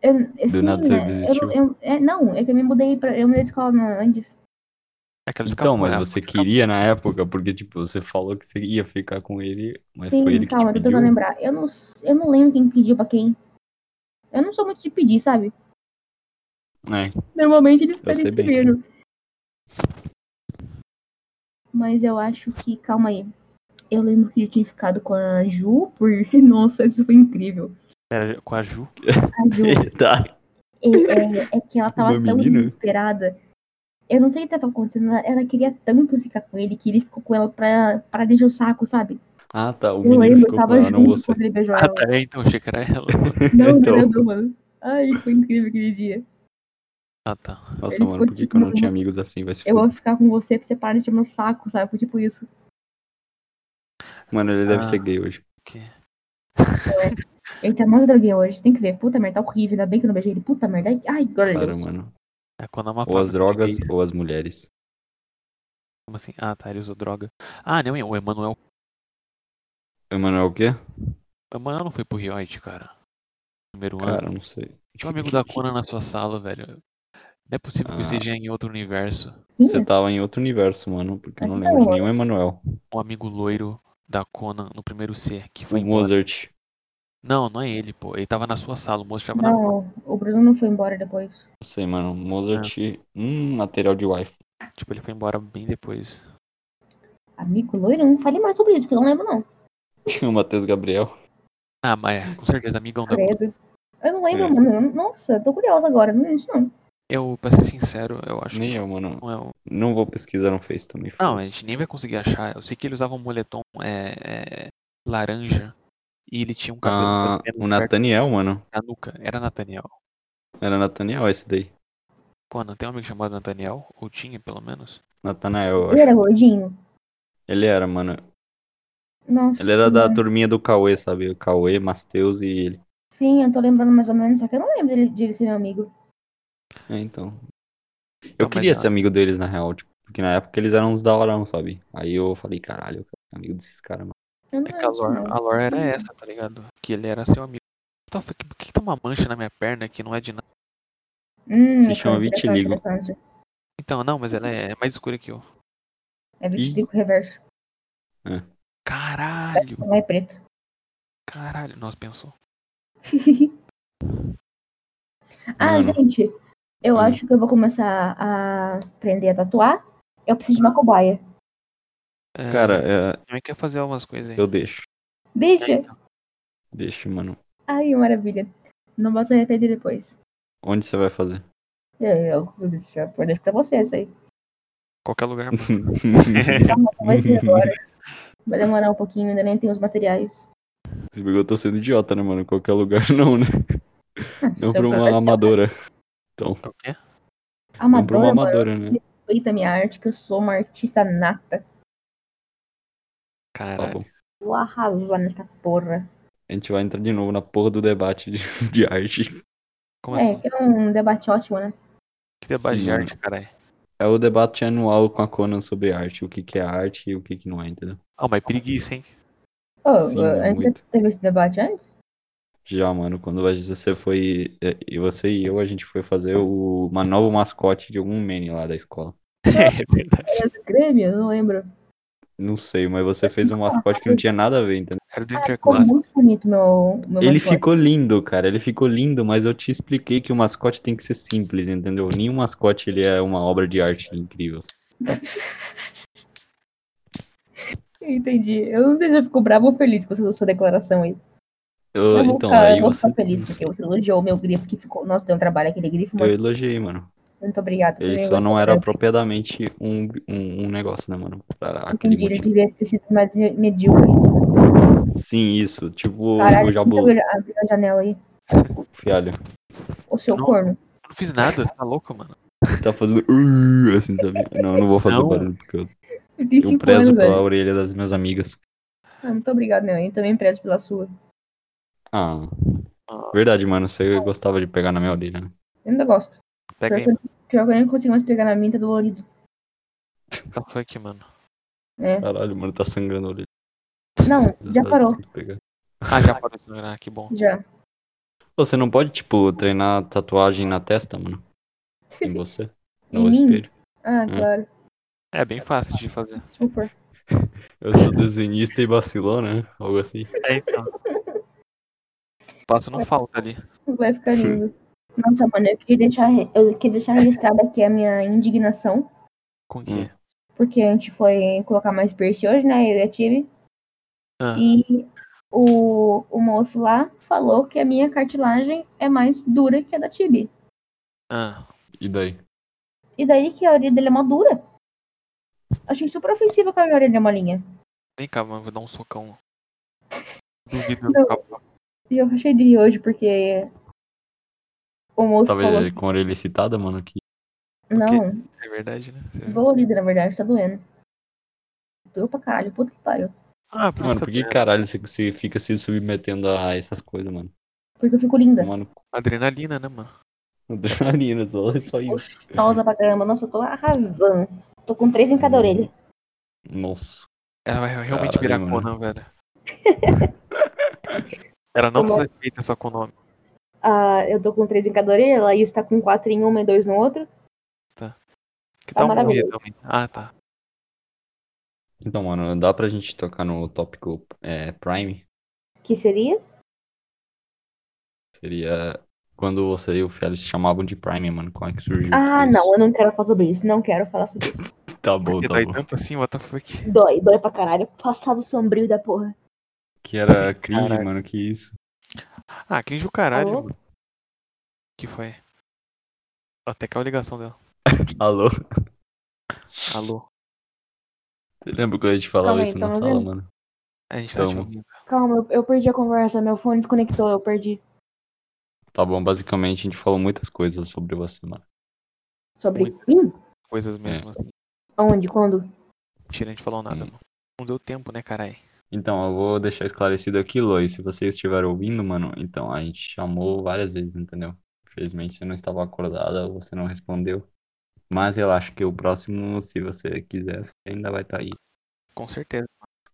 S3: Eu, eu,
S4: Do
S3: sim,
S4: nada você
S3: né, Eu,
S4: desistiu?
S3: eu- é, não, é que eu me mudei pra. Eu mudei de escola não, antes.
S2: Aquela
S4: Então, mas
S2: escapular,
S4: você
S2: pode ficar-
S4: queria na época, porque, tipo, você falou que você ia ficar com ele, mas
S3: sim,
S4: foi ele que
S3: calma, eu
S4: te
S3: tô tentando
S4: pediu.
S3: lembrar. Eu não, s- eu não lembro quem pediu pra quem. Eu não sou muito de pedir, sabe?
S4: É,
S3: Normalmente eles
S4: sei
S3: pedem
S4: bem.
S3: primeiro. Mas eu acho que. Calma aí. Eu lembro que eu tinha ficado com a Ju, por. Nossa, isso foi incrível.
S2: Pera, com a Ju.
S3: A Ju.
S4: tá.
S3: É, é- é que ela tava
S4: Uma
S3: tão
S4: menina?
S3: desesperada. Eu não sei o que tava acontecendo. Ela, ela queria tanto ficar com ele que ele ficou com ela pra, pra deixar o saco, sabe?
S4: Ah, tá, o
S3: eu
S4: menino
S3: lembro, eu
S4: ficou com
S3: tava
S4: ela, não
S3: junto
S4: você.
S3: quando ele beijou
S2: Ah,
S3: ela.
S2: tá. é, Então, achei que era ela.
S3: Não,
S4: Então.
S3: não, não, mano. Ai, foi incrível aquele dia.
S2: Ah, tá.
S4: Nossa,
S3: Ele
S4: mano,
S3: ficou,
S4: por que,
S3: tipo,
S4: que eu não
S3: no-
S4: tinha amigos assim? Vai se
S3: Eu
S4: fuder.
S3: vou ficar com você pra você parar de encher meu saco, sabe? Foi tipo isso.
S4: Mano, ele deve
S2: Ah.
S4: ser gay hoje.
S2: Ok.
S3: Ele tá mais droguinha hoje, tem que ver. Puta merda, tá horrível. Ainda bem que eu não beijei ele. Puta merda. Ai, Ai, glória a
S4: Claro,
S3: Deus.
S4: mano.
S2: É quando é uma
S4: Ou as
S2: fase
S4: drogas
S2: de gay,
S4: ou as mulheres.
S2: Como assim? Ah, tá, ele usou droga. Ah, não, o Emanuel.
S4: Emanuel é o quê?
S2: O Emanuel não foi pro Riot, cara. Primeiro ano.
S4: Cara, não sei. Tipo,
S2: Tinha é? um amigo da Conan na sua sala, velho. Não é possível que eu
S4: Ah.
S2: esteja em outro universo.
S4: tipo, Você tava em outro universo, mano, porque eu
S3: Mas
S4: não
S3: então,
S4: lembro de
S3: mano.
S4: nenhum Emanuel.
S2: Um amigo loiro da Conan no primeiro C, que
S4: O
S2: foi embora.
S4: Um Mozart.
S2: Não, não é ele, pô. Ele tava na sua sala, o moço
S4: tá
S2: tava na.
S3: Não, o Bruno não foi embora depois.
S4: Não sei, mano. um Mozart.
S2: É.
S4: Hum, material de Wi-Fi.
S2: Tipo, ele foi embora bem depois.
S4: Tá
S3: Amigo loiro, não fale mais sobre isso, porque eu não lembro, não.
S4: Tinha o Matheus Gabriel.
S2: Ah, mas é, com certeza, amigão da Globo.
S3: Credo. Eu não lembro,
S4: É.
S3: mano. Nossa, tô curiosa agora. Não lembro disso, não.
S2: Eu, pra ser sincero, eu acho
S4: Nem
S2: que
S4: eu, mano.
S2: não é o.
S4: Não vou pesquisar no Face também.
S2: Não, a
S4: foda-se.
S2: gente nem vai conseguir achar. Eu sei que ele usava um moletom é, é, laranja e ele tinha um cabelo
S4: Ah,
S2: vermelho
S4: o
S2: perto
S4: Nathaniel, mano.
S2: da nuca. Era Nathaniel.
S4: Era Nathaniel esse daí.
S2: Pô, não tem um amigo chamado Nathaniel? Ou tinha, pelo menos?
S4: Nathanael, eu
S3: Ele
S4: acho.
S3: era gordinho.
S4: Ele era, mano.
S3: Nossa.
S4: Ele era da turminha do Cauê, sabe? O Cauê, Matheus e ele.
S3: Sim, eu tô lembrando mais ou menos, só que eu não lembro dele, dele ser meu amigo.
S4: É, então. Eu
S2: Não, mas
S4: queria
S2: a-
S4: ser amigo deles, na real. Tipo, porque na época eles eram uns daorão, sabe? Aí eu falei, caralho, eu quero ser amigo desses caras, mano.
S3: Eu não
S2: É que a
S3: lembro disso,
S2: lore,
S4: Ah,
S3: não.
S2: a lore era essa, tá ligado? Que ele era seu amigo. Tá, foi- Por que, que tem uma mancha na minha perna que não é de nada?
S3: Hum,
S4: Se
S3: é
S4: chama
S3: câncer, é câncer,
S4: vitiligo.
S3: é câncer.
S2: Então, não, mas ela é mais escura que eu.
S3: É vitiligo reverso.
S2: Caralho,
S3: Não é preto.
S2: caralho. Nossa, pensou.
S3: ah,
S4: Mano.
S3: gente. Eu
S4: Hum.
S3: acho que eu vou começar a aprender a tatuar. Eu preciso de uma cobaia.
S2: É,
S4: Cara, é,
S2: Também quer fazer algumas coisas aí. É, então.
S4: eu deixo.
S3: Deixa.
S4: Deixo, mano.
S3: Ai, maravilha. Não posso arrepender depois.
S4: Onde você vai fazer?
S3: Eu, eu, eu deixo pra vocês aí.
S2: Qualquer lugar, mano.
S3: Calma, não vai ser agora. Vai demorar um pouquinho, ainda nem tem os materiais.
S4: Você viu que eu tô sendo idiota, né, mano? Qualquer lugar não, né?
S3: Ah,
S4: Não
S3: seu
S4: pra uma
S3: professor-
S4: amadora. Tá
S2: É o quê?
S4: Não pra
S3: Amadora, mano,
S4: uma amadora, um né?
S3: respeita a minha arte, que eu sou uma artista nata.
S4: Tá
S2: Caralho.
S4: bom.
S3: Vou arrasar nessa porra.
S4: A gente vai entrar de novo na porra do debate de, de arte.
S2: Como
S3: é,
S2: assim?
S3: que é um debate ótimo, né?
S2: Que debate
S4: Sim,
S2: de
S4: mano.
S2: arte, caralho.
S4: É o debate anual com a Conan sobre arte. O que, que é arte e o que, que não é, entendeu?
S2: Ah, mas preguiça, hein?
S3: Ô,
S4: Sim,
S3: a gente
S4: muito.
S3: teve esse debate antes?
S4: Já, mano, quando a gente- você foi. é, e Você e eu, a gente foi fazer o, uma nova mascote de algum meme lá da escola.
S2: É verdade.
S3: Era do Grêmio? Eu não lembro.
S4: Não sei, mas você fez um mascote que não tinha nada a ver, entendeu?
S2: Era do
S3: Ficou
S2: Interclasse.
S3: muito bonito meu, meu
S4: Ele
S3: um mascote.
S4: ficou lindo, cara. Ele ficou lindo, mas eu te expliquei que o mascote tem que ser simples, entendeu? Nenhum mascote ele é uma obra de arte incrível.
S3: Entendi. Eu não sei se eu fico bravo ou feliz com essa sua declaração aí.
S4: Eu-
S3: eu vou
S4: então,
S3: ficar,
S4: aí
S3: eu vou
S4: você.
S3: ficar feliz,
S4: não
S3: porque
S4: sei.
S3: você elogiou o meu grifo que ficou. Nossa, deu um trabalho aquele grifo,
S4: Eu
S3: mano.
S4: elogiei, mano.
S3: Muito obrigada.
S4: Ele
S3: Eu
S4: só não
S3: gostei
S4: era
S3: tanto.
S4: propriamente um, um, um negócio, né, mano? Pra aquele
S3: Entendi, ele
S4: motivo.
S3: Um devia ter sido mais me- medíocre.
S4: Sim, isso. Tipo,
S3: Caralho,
S4: o Jabu,
S3: abriu abriu a janela aí.
S4: fialho.
S3: O seu
S2: Não.
S3: corno.
S2: Eu não fiz nada, você tá louco, mano?
S4: Tá fazendo. "Uh", Assim, sabe? Não, eu não vou fazer
S2: Não.
S4: barulho, porque eu,
S3: Eu tenho
S4: eu
S3: cinco
S4: prezo
S3: anos,
S4: pela
S3: velho.
S4: orelha das minhas amigas.
S3: Ah, muito obrigado, meu. Eu também prezo pela sua.
S4: Ah,
S2: Ah,
S4: verdade, mano. Você gostava de pegar na minha orelha, né?
S3: Eu ainda gosto.
S2: Pega aí,
S3: Pior que, pior que eu nem consigo mais pegar na minha, tá dolorido.
S2: tá funk, mano.
S3: É.
S4: Caralho, mano, tá sangrando a orelha.
S3: Não, já
S4: Tá
S3: parou.
S4: tentando pegar.
S2: Ah, já parou de sangrar, que bom.
S3: Já.
S4: Você não pode, tipo, treinar tatuagem na testa, mano? Em você?
S3: Em
S4: No
S3: mim?
S4: espelho.
S3: Ah,
S4: Hum.
S3: claro.
S2: É bem fácil de fazer.
S3: Super.
S4: Eu sou desenhista e vacilou, né? Algo assim.
S2: É, então. Passo não falta ali.
S3: Vai ficar lindo. Nossa, mano, eu queria deixar, re- eu queria deixar registrada aqui a minha indignação.
S2: Com o quê?
S3: Porque a gente foi colocar mais piercing hoje, né? Eu e a Tive.
S4: Hum.
S2: Ah,
S3: E o, o moço lá falou que a minha cartilagem é mais dura que a da Tibi.
S2: ah.
S4: E daí?
S3: E daí que a orelha dele é mó dura. Achei super ofensiva que a minha orelha é molinha.
S2: Vem cá, mano, vou dar um socão. Duvido.
S3: Não.
S2: capaz.
S3: E eu achei de rir hoje porque o moço
S4: Tava eh,
S3: falou.
S4: com a orelha excitada, mano? Que
S3: Não,
S2: É verdade, né? Você-
S3: dolorida, na verdade, tá doendo. Doeu pra caralho, puta que pariu.
S2: Ah, por
S4: Mano,
S2: isso
S4: por que
S2: que
S4: caralho você, você fica se submetendo a essas coisas, mano?
S3: Porque eu fico linda.
S4: Mano,
S2: adrenalina, né, mano?
S4: adrenalina, só, é só isso.
S3: Gostosa pra caramba. Nossa, eu tô arrasando. Tô com três em cada orelha.
S4: Nossa.
S2: Ela vai realmente
S4: Caralho,
S2: virar
S4: mano.
S2: Conan, velho. Ela não
S3: Eu
S2: tá
S3: não-
S2: satisfeita só com o nome.
S3: Ah, eu tô com três em cada orelha. Ela está tá com quatro em uma e dois no outro.
S2: Que
S3: Tá
S2: tal um
S3: maravilhoso.
S2: também? Ah, tá.
S4: Então, mano, dá pra gente tocar no tópico é, Prime?
S3: Que seria?
S4: Seria quando você e o Félix se chamavam de Prime, mano. Como é que surgiu?
S3: Ah,
S4: isso?
S3: não, eu não quero falar sobre isso. Não quero falar sobre isso.
S4: Tá bom,
S2: Porque então?
S4: tá
S2: dói
S4: bom.
S2: tanto assim, what the fuck?
S3: Dói, dói pra caralho. Passado sombrio da porra.
S4: que era cringe,
S2: Caralho.
S4: mano, que isso.
S2: Ah, cringe o caralho.
S3: Alô?
S2: mano. Que foi? Até caiu a ligação dela.
S4: Alô?
S2: Alô?
S4: Você lembra quando a gente falava
S3: Calma aí,
S4: isso na
S3: tamo
S4: sala,
S3: ouvindo?
S4: mano?
S2: A gente tá te
S4: Tamo.
S2: ouvindo.
S3: Calma, eu, eu perdi a conversa, meu fone desconectou, eu perdi.
S4: Tá bom, basicamente a gente falou muitas coisas sobre você, mano.
S3: Sobre mim?
S2: Coisas
S4: É.
S2: mesmo assim.
S3: Onde? Quando?
S2: Tira, a gente falou nada,
S4: Hum.
S2: mano. Não deu tempo, né, caralho?
S4: Então, eu vou deixar esclarecido aqui, Lois, se vocês estiverem ouvindo, mano, então a gente chamou várias vezes, entendeu? Infelizmente você não estava acordada, você não respondeu. Mas eu acho que o próximo, se você quiser, você ainda vai estar aí.
S2: Com certeza.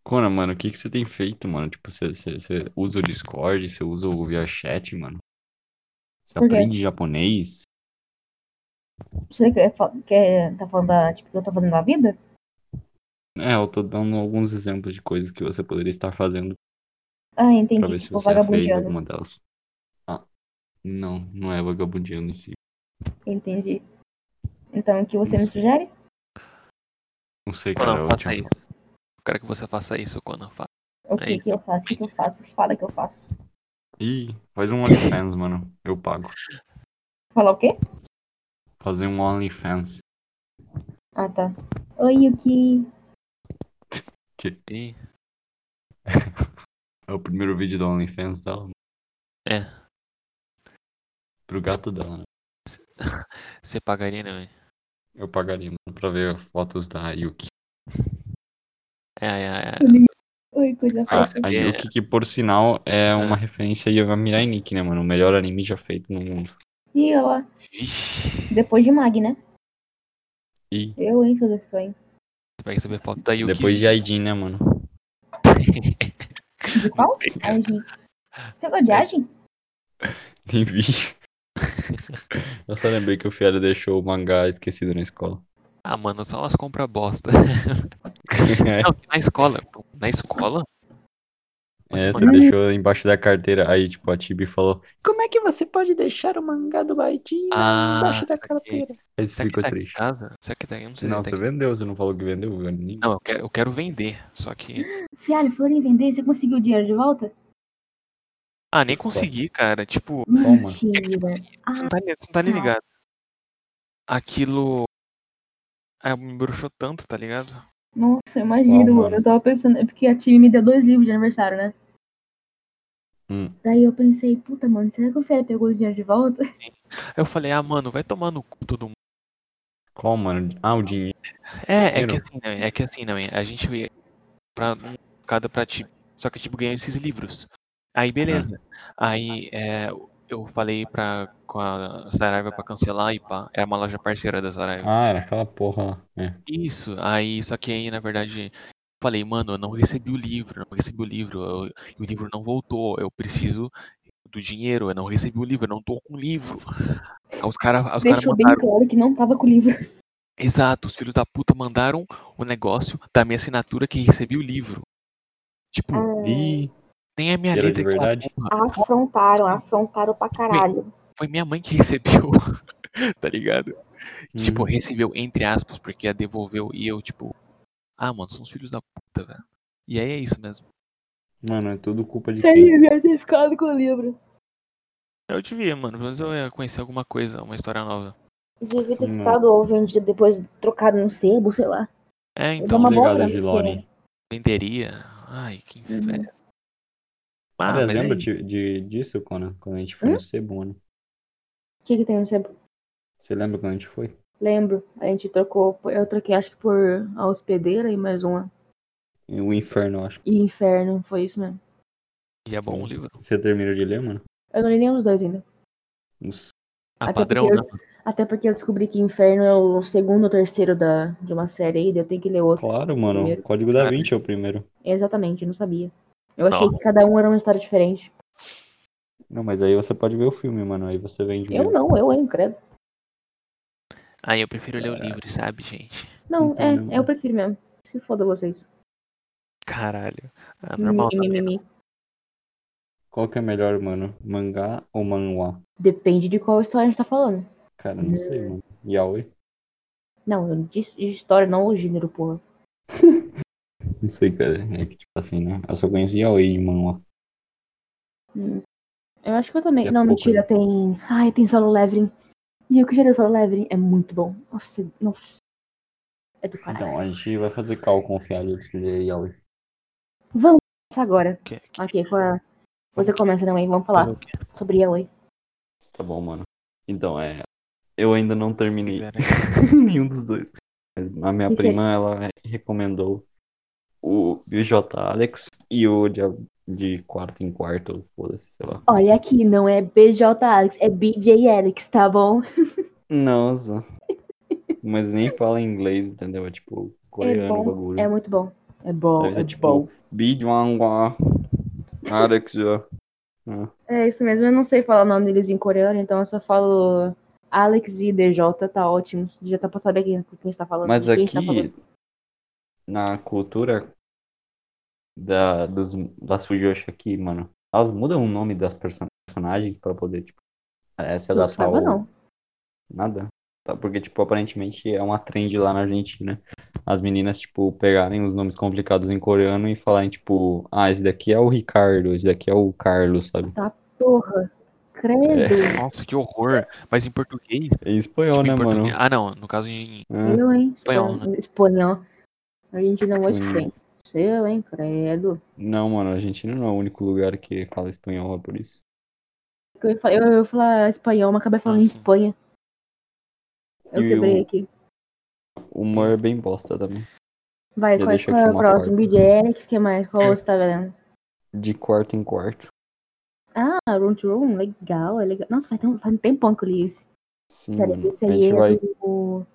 S4: Cora, mano, o que que você tem feito, mano? Tipo, você, você, você usa o Discord, você usa o VRChat, mano? Você
S3: Por quê?
S4: aprende japonês?
S3: Você quer, fa- quer tá falando da, tipo, que eu tô fazendo na vida?
S4: É, eu tô dando alguns exemplos de coisas que você poderia estar fazendo
S3: Ah,
S4: pra
S3: entendi.
S4: ver se
S3: Tipo,
S4: você aprende
S3: vagabundeando.
S4: alguma delas. Ah, não, não é vagabundeando em si.
S3: Entendi. Então, o que você me
S4: Isso.
S3: sugere?
S4: Não sei, é cara,
S2: Conan,
S4: eu
S2: faça
S4: tinha-
S2: isso. Eu quero que você faça isso, Conan. Fa-
S3: O que,
S2: É
S3: que eu faço? O que, que eu faço? Fala que eu faço.
S4: Ih, faz um OnlyFans, mano. Eu pago.
S3: Falar o quê?
S4: Fazer um OnlyFans.
S3: Ah, tá. Oi, Yuki.
S2: Ih,
S4: É o primeiro vídeo do OnlyFans dela.
S2: É.
S4: Pro gato dela, né?
S2: Você pagaria, né, velho?
S4: Eu pagaria, mano, pra ver fotos da Yuki.
S2: É, é, é.
S3: Oi, coisa
S4: A,
S3: fofa.
S4: a
S2: É.
S4: Yuki, que por sinal é uma
S2: É.
S4: referência aí a Mirai Nikki, né, mano? O melhor anime já feito no mundo.
S3: E olha lá.
S2: Vixe.
S3: Depois de Mag, né?
S4: E
S3: Eu, hein, seu sonho.
S2: Você vai receber foto da Yuki.
S4: depois de Aidin, né, mano?
S3: De qual? Ai, gente. Você é gosta de agem?
S4: Nem vi. Eu só lembrei que o Fiara deixou o mangá esquecido na escola.
S2: Ah, mano, só elas compram bosta.
S4: É,
S2: Não, que na escola. pô. Na escola? Nossa,
S4: É, você
S2: mano.
S4: deixou embaixo da carteira. Aí, tipo, a Tibi falou: Como é que você pode deixar o mangá do Aidin
S2: Ah,
S4: embaixo da
S2: saquei.
S4: carteira? Aí você
S2: Será que
S4: ficou
S2: tá aqui em
S4: triste.
S2: casa? Será que tá aqui? Eu não sei. se
S4: Não,
S2: tá
S4: você
S2: aqui.
S4: vendeu, você não falou que vendeu, velho. Nem-
S2: Não, eu quero, eu quero vender. Só que.
S3: Fialho, falando em vender, você conseguiu o dinheiro de volta?
S2: Ah, nem consegui, cara. Tipo,
S4: Toma.
S2: é que, tipo
S3: Mentira.
S2: assim, você não tá, li- você não tá ali
S3: tá.
S2: ligado. Aquilo. Ah, me bruxou tanto, tá ligado?
S3: Nossa, eu imagino,
S4: Bom,
S3: mano.
S4: mano.
S3: Eu tava pensando, é porque a Tive me deu dois livros de aniversário, né?
S4: Hum.
S3: Daí eu pensei, puta, mano, será que o Fera pegou o dinheiro de volta?
S2: Aí eu falei, ah, mano, vai tomar no cu todo mundo.
S4: Qual, mano? Ah, o dinheiro.
S2: É, é
S4: Dinheiro.
S2: que assim, né? É que assim, não, a gente ia pra um cada pra ti. Só que, tipo, ganhou esses livros. Aí, beleza. Aí, é, eu falei pra, com a Saraiva pra cancelar e pá. É uma loja parceira da Saraiva.
S4: Ah, era aquela porra lá. É.
S2: Isso, aí, só que aí, na verdade, falei, mano, eu não recebi o livro, eu não recebi o livro, eu- e o livro não voltou, eu preciso do dinheiro, eu não recebi o livro, eu não tô com o livro. Aí os caras os cara
S3: Deixou bem
S2: mandaram,
S3: claro que não tava com o livro.
S2: exato, os filhos da puta mandaram o negócio da minha assinatura que recebi o livro. Tipo,
S3: Ah.
S4: Ih,
S2: nem é minha
S4: era de
S2: letra aquela
S4: verdade?
S2: porra,
S3: Afrontaram, afrontaram pra caralho.
S2: foi minha mãe que recebeu, tá ligado? Tipo,
S4: hum.
S2: recebeu entre aspas, porque a devolveu e eu, tipo, ah, mano, são os filhos da puta, velho. E aí é isso mesmo.
S4: Mano, é tudo culpa de
S3: Ele
S4: quem?
S3: devia ter ficado com o livro.
S2: Eu te via, mano, pelo menos eu ia conhecer alguma coisa, uma história nova.
S3: Devia ter
S4: Sim,
S3: ficado ou vendido depois trocado num sebo, sei lá.
S2: É,
S3: dou
S2: então,
S3: uma boa
S4: um
S3: né? grana,
S4: Legado de
S3: porque-
S4: Lore.
S2: venderia. Ai, que
S3: Uhum.
S2: inferno. Ah,
S4: Cara,
S2: mas é
S4: lembra
S2: isso.
S4: de, de- disso, Conan? Quando a gente foi
S3: Hum?
S4: no Cebu, né?
S3: O que, que tem no sebo?
S4: Você lembra quando a gente foi?
S3: Lembro, a gente trocou, por- eu troquei acho que por a hospedeira e mais uma.
S4: E O Inferno, eu acho.
S3: E inferno, foi isso mesmo.
S2: E é bom o
S4: Sim.
S2: livro.
S4: Você terminou de ler, mano?
S3: Eu não li nem os dois ainda.
S4: Nossa,
S2: Ah,
S3: Até
S2: padrão,
S3: porque
S2: né?
S3: eu- Até porque eu descobri que inferno é o segundo ou terceiro da, de uma série aí, daí eu tenho que ler outro.
S4: Claro, mano.
S3: Primeiro.
S4: Código da
S2: Cara.
S4: Vinci é o primeiro.
S3: Exatamente, eu não sabia. Eu achei
S2: Não.
S3: que cada um era uma história diferente.
S4: Não, mas aí você pode ver o filme, mano. Aí você
S2: Hum.
S4: vende o
S3: Eu
S4: livro.
S3: não, eu, hein, credo.
S2: Aí eu prefiro ler o livro, sabe, gente?
S3: Não,
S4: Então,
S3: é,
S4: não.
S3: é, eu prefiro mesmo. Se foda vocês.
S2: Caralho. Ah, normal
S3: Mi, mi,
S2: também.
S3: mi, mi.
S4: Qual que é melhor, mano? Mangá ou manhwa?
S3: Depende de qual história a gente tá falando.
S4: Cara, não sei, mano. Yaoi?
S3: Não, eu disse de história, não o gênero, porra.
S4: Não sei, cara. É que, tipo assim, né? Eu só conhecia o Edman lá.
S3: Eu acho que eu também.
S4: É
S3: não,
S4: pouco,
S3: mentira, tem. Ai, tem solo leveling. E eu que gerei o solo leveling. É muito bom. Nossa, nossa. É do caralho.
S4: Então, a gente vai fazer cal com o Fialho de é Yaoi.
S3: Vamos começar agora.
S2: Que- é que-
S3: Ok, com a- você começa também. Vamos falar
S2: fazer o quê?
S3: sobre Yaoi.
S4: Tá bom, mano. Então, é. Eu ainda não terminei
S2: Pera aí.
S4: nenhum dos dois. Mas A minha
S3: Isso aí.
S4: prima, ela recomendou o BJ Alex e o de, de quarto em quarto, foda-se, sei lá.
S3: Olha aqui, não é BJ Alex, é BJ Alex, tá bom?
S4: Nossa. Mas nem fala em inglês, entendeu? É tipo coreano o
S3: bom,
S4: bagulho.
S3: É muito bom. É bom,
S4: Deve ser
S3: é
S4: tipo-
S3: bom.
S4: Bijwangwa. Alex já.
S3: É isso mesmo, eu não sei falar o nome deles em coreano, então eu só falo Alex e DJ, tá ótimo. Já tá pra saber quem, quem está falando.
S4: Mas
S3: de quem está falando.
S4: aqui, na cultura da, dos, das Fujoshi aqui, mano, elas mudam o nome das person- personagens pra poder, tipo, eh, se
S3: Eu não
S4: adaptar
S3: sabe,
S4: ao...
S3: não.
S4: Nada. Tá, porque, tipo, aparentemente é uma trend lá na Argentina. As meninas, tipo, pegarem os nomes complicados em coreano e falarem, tipo, ah, esse daqui é o Ricardo, esse daqui é o Carlos, sabe?
S3: Porra,
S4: É.
S3: credo.
S2: Nossa, que horror. Mas em português?
S4: Em espanhol,
S2: Tipo,
S4: né,
S2: em
S4: mano?
S2: português. Ah, não. No caso em.
S4: Ah,
S3: Eu, hein?
S2: Espanhol,
S3: Espanhol. Espanhol. A gente não gosta de
S4: Hum.
S3: espanhol. Seu, hein? Credo.
S4: não, mano, a Argentina não é o único lugar que fala espanhol, é por isso.
S3: Eu ia, falar, eu ia falar espanhol, mas acabei falando em
S2: Nossa.
S3: Espanha. Eu
S4: E
S3: quebrei
S4: o-
S3: aqui.
S4: O humor é bem bosta também.
S3: Vai,
S4: eu
S3: qual,
S4: deixo
S3: qual
S4: aqui
S3: é o
S4: uma
S3: próximo?
S4: porta.
S3: BJ Alex, que mais? Qual você tá vendo?
S4: De quarto em quarto.
S3: Ah, Room to Room, legal, é legal. Nossa, faz, tem, faz um tempão que eu li esse.
S4: Sim,
S3: Peraí,
S4: mano.
S3: esse
S4: Hum, A
S3: aí
S4: gente
S3: é
S4: vai.
S3: do.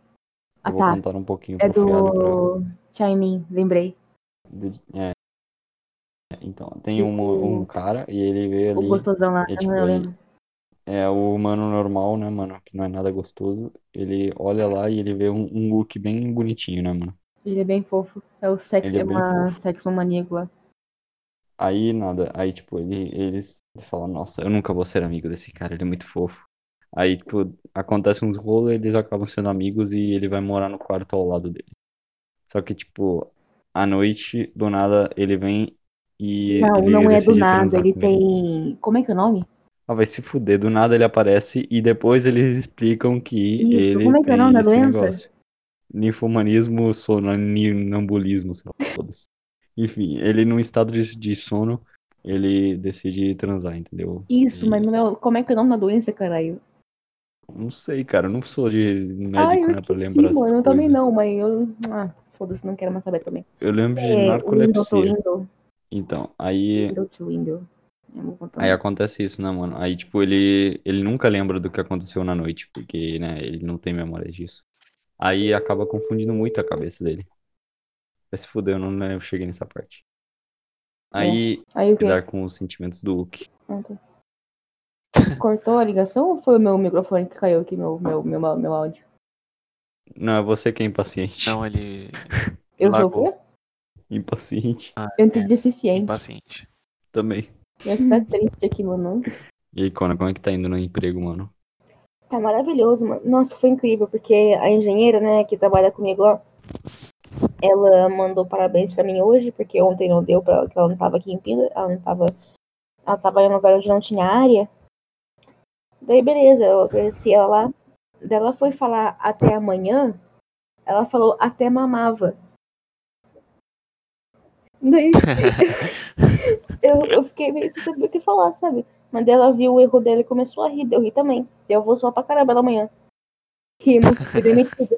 S3: Ah,
S4: Eu vou
S3: tá.
S4: contar um pouquinho
S3: É
S4: pro Fialho pra-
S3: do. Chaimin, lembrei.
S4: de- É. É, Então, tem um, um cara e ele veio
S3: O
S4: ali.
S3: gostosão lá,
S4: é
S3: eu
S4: tipo
S3: não
S4: ele-
S3: lembro.
S4: É o humano normal, né, mano? Que não é nada gostoso. Ele olha lá e ele vê um, um look bem bonitinho, né, mano?
S3: Ele é bem fofo. É o sexo,
S4: Ele é
S3: é
S4: bem
S3: uma sexo maníaco lá.
S4: Aí nada. Aí, tipo, ele, eles falam, nossa, eu nunca vou ser amigo desse cara, ele é muito fofo. Aí, tipo, acontece uns rolos, eles acabam sendo amigos e ele vai morar no quarto ao lado dele. Só que, tipo, à noite, do nada, ele vem e
S3: Não,
S4: ele
S3: não é do
S4: decide
S3: nada,
S4: transar
S3: ele
S4: com
S3: tem. Como é que é o nome?
S4: Ah, vai se fuder, do nada ele aparece e depois eles explicam que
S3: Isso,
S4: ele
S3: como é que é o
S4: tem
S3: nome da
S4: esse
S3: doença?
S4: negócio. Ninfomanismo, sonambulismo, sei lá, foda-se. Enfim, ele num estado de, de sono, ele decide transar, entendeu?
S3: Isso,
S4: E-
S3: mas não é o- como é que é o nome da doença, caralho?
S4: Não sei, cara, eu não sou de médico,
S3: Ai, eu
S4: né, pra
S3: esqueci,
S4: lembrar
S3: mano.
S4: essas
S3: Eu também
S4: coisas.
S3: não, mas eu. Ah, foda-se, não quero mais saber também.
S4: Eu lembro de
S3: É, Window to
S4: narcolepsia.
S3: Window.
S4: Então, aí,
S3: Window to Window. Eu vou contar.
S2: Tá.
S4: aí acontece isso, né, mano? Aí, tipo, ele, ele nunca lembra do que aconteceu na noite, porque, né, ele não tem memória disso. Aí acaba confundindo muito a cabeça dele. Vai se fuder, eu não lembro, cheguei nessa parte.
S2: É,
S4: Aí,
S3: Aí o quê?
S4: cuidar com os sentimentos do Luke.
S3: Ah, tá. Cortou a ligação ou foi o meu microfone que caiu aqui, meu, meu, meu, meu, áudio?
S4: Não, é você que é impaciente.
S2: Não, ele.
S3: Eu sou
S2: Lagou.
S3: o quê?
S4: Impaciente
S3: Eu entendi deficiente.
S2: é Impaciente.
S4: também.
S3: Eu ficar triste aqui, mano.
S4: E aí, Conan, como é que tá indo no emprego, mano?
S3: Tá maravilhoso, mano. Nossa, foi incrível, porque a engenheira, né, que trabalha comigo lá, ela mandou parabéns pra mim hoje, porque ontem não deu pra ela, que ela não tava aqui em Pila, ela não tava. Ela tava em um lugar onde não tinha área. Daí, beleza, eu agradeci ela lá. Daí ela foi falar até amanhã, ela falou até mamava. Daí eu, eu fiquei meio sem saber o que falar, sabe? Mas daí ela viu o erro dela e começou a rir. Eu ri também. Daí Eu vou só pra caramba da manhã. Rimos, fui demitida.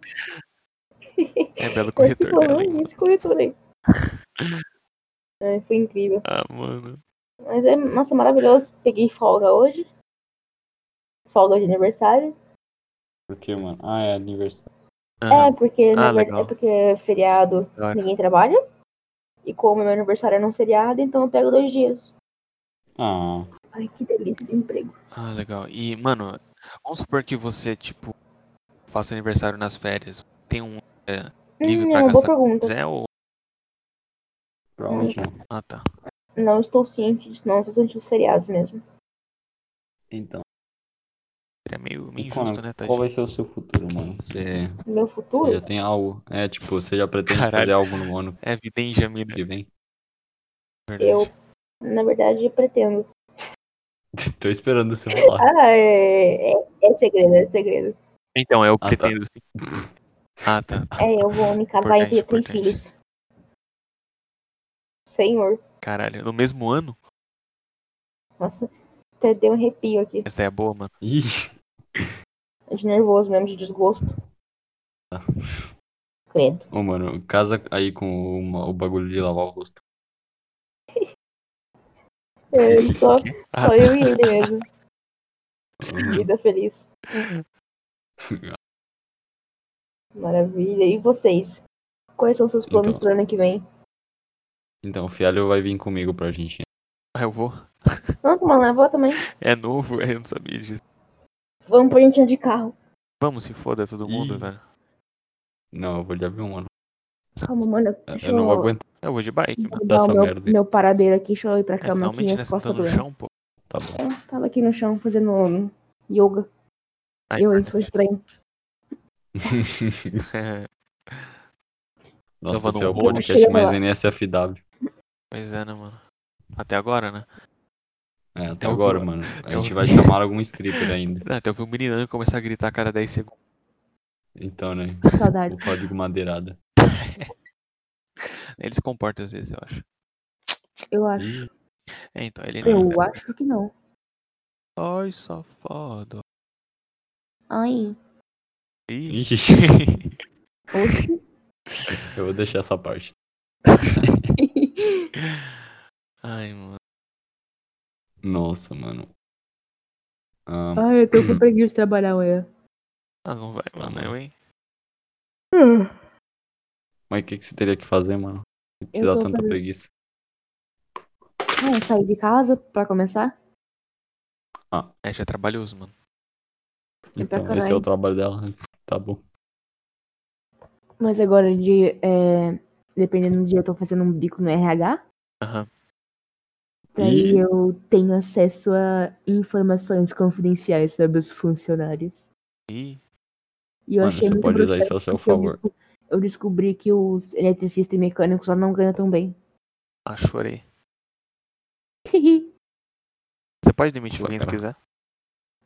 S2: É belo
S3: Eu fico
S2: corretor dela, hein?
S3: falando esse corretor aí. É, foi incrível.
S2: Ah, mano.
S3: Mas é, nossa, maravilhoso. Peguei folga hoje. Folga de aniversário.
S4: Por que, mano? Ah, é aniversário.
S2: Aham,
S3: É, porque, na
S2: Ah,
S3: verdade,
S2: legal.
S3: é porque é feriado
S2: da hora.
S3: ninguém trabalha. E como meu aniversário é num feriado, então eu pego dois dias.
S4: Ah,
S3: Ai, que delícia de emprego.
S2: Ah, legal. E, mano, vamos supor que você, tipo, faça aniversário nas férias. Tem um é, livre
S3: Hum, é
S2: pra
S3: uma boa
S2: gastar com
S3: pergunta.
S2: Zé ou.
S4: provavelmente não.
S2: Ah, tá.
S3: Não estou ciente disso, não. Estou ciente dos feriados mesmo.
S4: Então. é
S2: Que é meio, meio
S4: E qual-
S2: injusto, né,
S4: Qual
S2: Tadinho?
S4: vai ser o seu futuro, mano? Você,
S3: Meu
S4: você
S3: futuro?
S4: já tem algo? É, tipo, você já pretende
S2: Caralho.
S4: fazer algo no ano
S2: É vida em Jamina,
S4: que vem?
S2: na verdade.
S3: Eu, na verdade, pretendo.
S4: Tô esperando você falar.
S3: Ah, é, é, é segredo, é segredo.
S2: Então, eu
S4: tá.
S2: pretendo, sim. Ah, tá.
S3: É, eu vou me casar e ter
S2: Importante,
S3: três
S2: importante.
S3: filhos. Senhor,
S2: Caralho, no mesmo ano?
S3: nossa, até deu um arrepio aqui.
S2: Essa é boa, mano.
S4: Ih,
S3: De nervoso mesmo, de desgosto.
S4: Tá.
S3: Credo.
S4: ô, mano, casa aí com uma- o bagulho de lavar o rosto.
S3: É, só,
S2: Ah,
S3: só eu e ele mesmo. Vida feliz. Maravilha. E vocês? Quais são seus planos
S4: Então.
S3: pro ano que vem?
S4: Então, o Fialho vai vir comigo pra Argentina.
S2: Ah, eu vou.
S3: Vamos tomar uma avó também?
S2: É novo, eu não sabia disso.
S3: Vamos pra gente andar de carro.
S2: Vamos, se foda todo mundo,
S4: Ih.
S2: velho.
S4: Não, eu vou de avião, mano.
S3: Calma, mano.
S4: Eu
S3: Deixa
S4: não vou
S3: eu
S4: aguentar,
S2: Eu vou de bike, mano.
S4: dar
S3: dar o
S4: essa
S3: meu,
S4: merda aí.
S3: meu paradeiro aqui. Deixa eu ir pra
S2: É,
S3: cama aqui
S2: finalmente, né?
S3: as costas
S2: Sentando no
S3: doendo.
S2: chão, pô.
S4: tá bom.
S3: É, tava aqui no chão fazendo um yoga.
S2: Ai,
S3: Eu,
S2: cara.
S3: isso foi estranho.
S4: Nossa,
S2: Tava
S4: esse
S2: num
S4: é o
S2: rolo.
S4: podcast mais
S3: Chega
S4: NSFW.
S2: Pois é, né, mano? Até agora, né?
S4: É, até
S2: É o-
S4: agora, mano. A
S2: é o-
S4: gente vai chamar algum stripper ainda.
S2: Não, até eu vi um meninão começar a gritar a cada 10 segundos.
S4: Então, né?
S3: Saudade.
S4: O código madeirada.
S2: Ele se comporta às vezes, eu acho.
S3: Eu acho.
S4: Ih,
S2: É, então, ele
S4: Eu
S3: Eu acho que não.
S2: Ai, safado.
S3: Ai.
S2: Ih.
S4: ih,
S3: Oxi.
S4: eu vou deixar essa parte.
S2: Ai, mano.
S4: Nossa, mano. Ah,
S3: Ai, eu tô com preguiça de trabalhar amanhã.
S2: Ah, não vai, mano. Eu, hein?
S4: Ah. mas o que, que você teria que fazer, mano? Se te
S3: Eu
S4: dá
S3: tô
S4: tanta
S3: fazendo-
S4: preguiça.
S3: Ah, eu saí de casa pra começar?
S2: É, já é trabalhoso, mano.
S3: Eu tô
S4: Então, esse é
S3: caralho.
S4: o trabalho dela. né? Tá bom.
S3: Mas agora de. é, dependendo do dia, eu tô fazendo um bico no RH.
S2: Aham.
S3: Daí
S4: Ih.
S3: eu tenho acesso a informações confidenciais sobre os funcionários.
S2: Ih.
S3: E eu
S4: Mano,
S3: achei
S4: você
S3: muito
S4: pode usar
S3: brutal
S4: isso ao seu
S3: porque eu
S4: favor.
S3: desco- Eu descobri que os eletricistas e mecânicos lá não ganham tão bem.
S2: Ah, chorei. Você pode demitir
S4: Nossa,
S2: alguém
S4: cara.
S2: se quiser?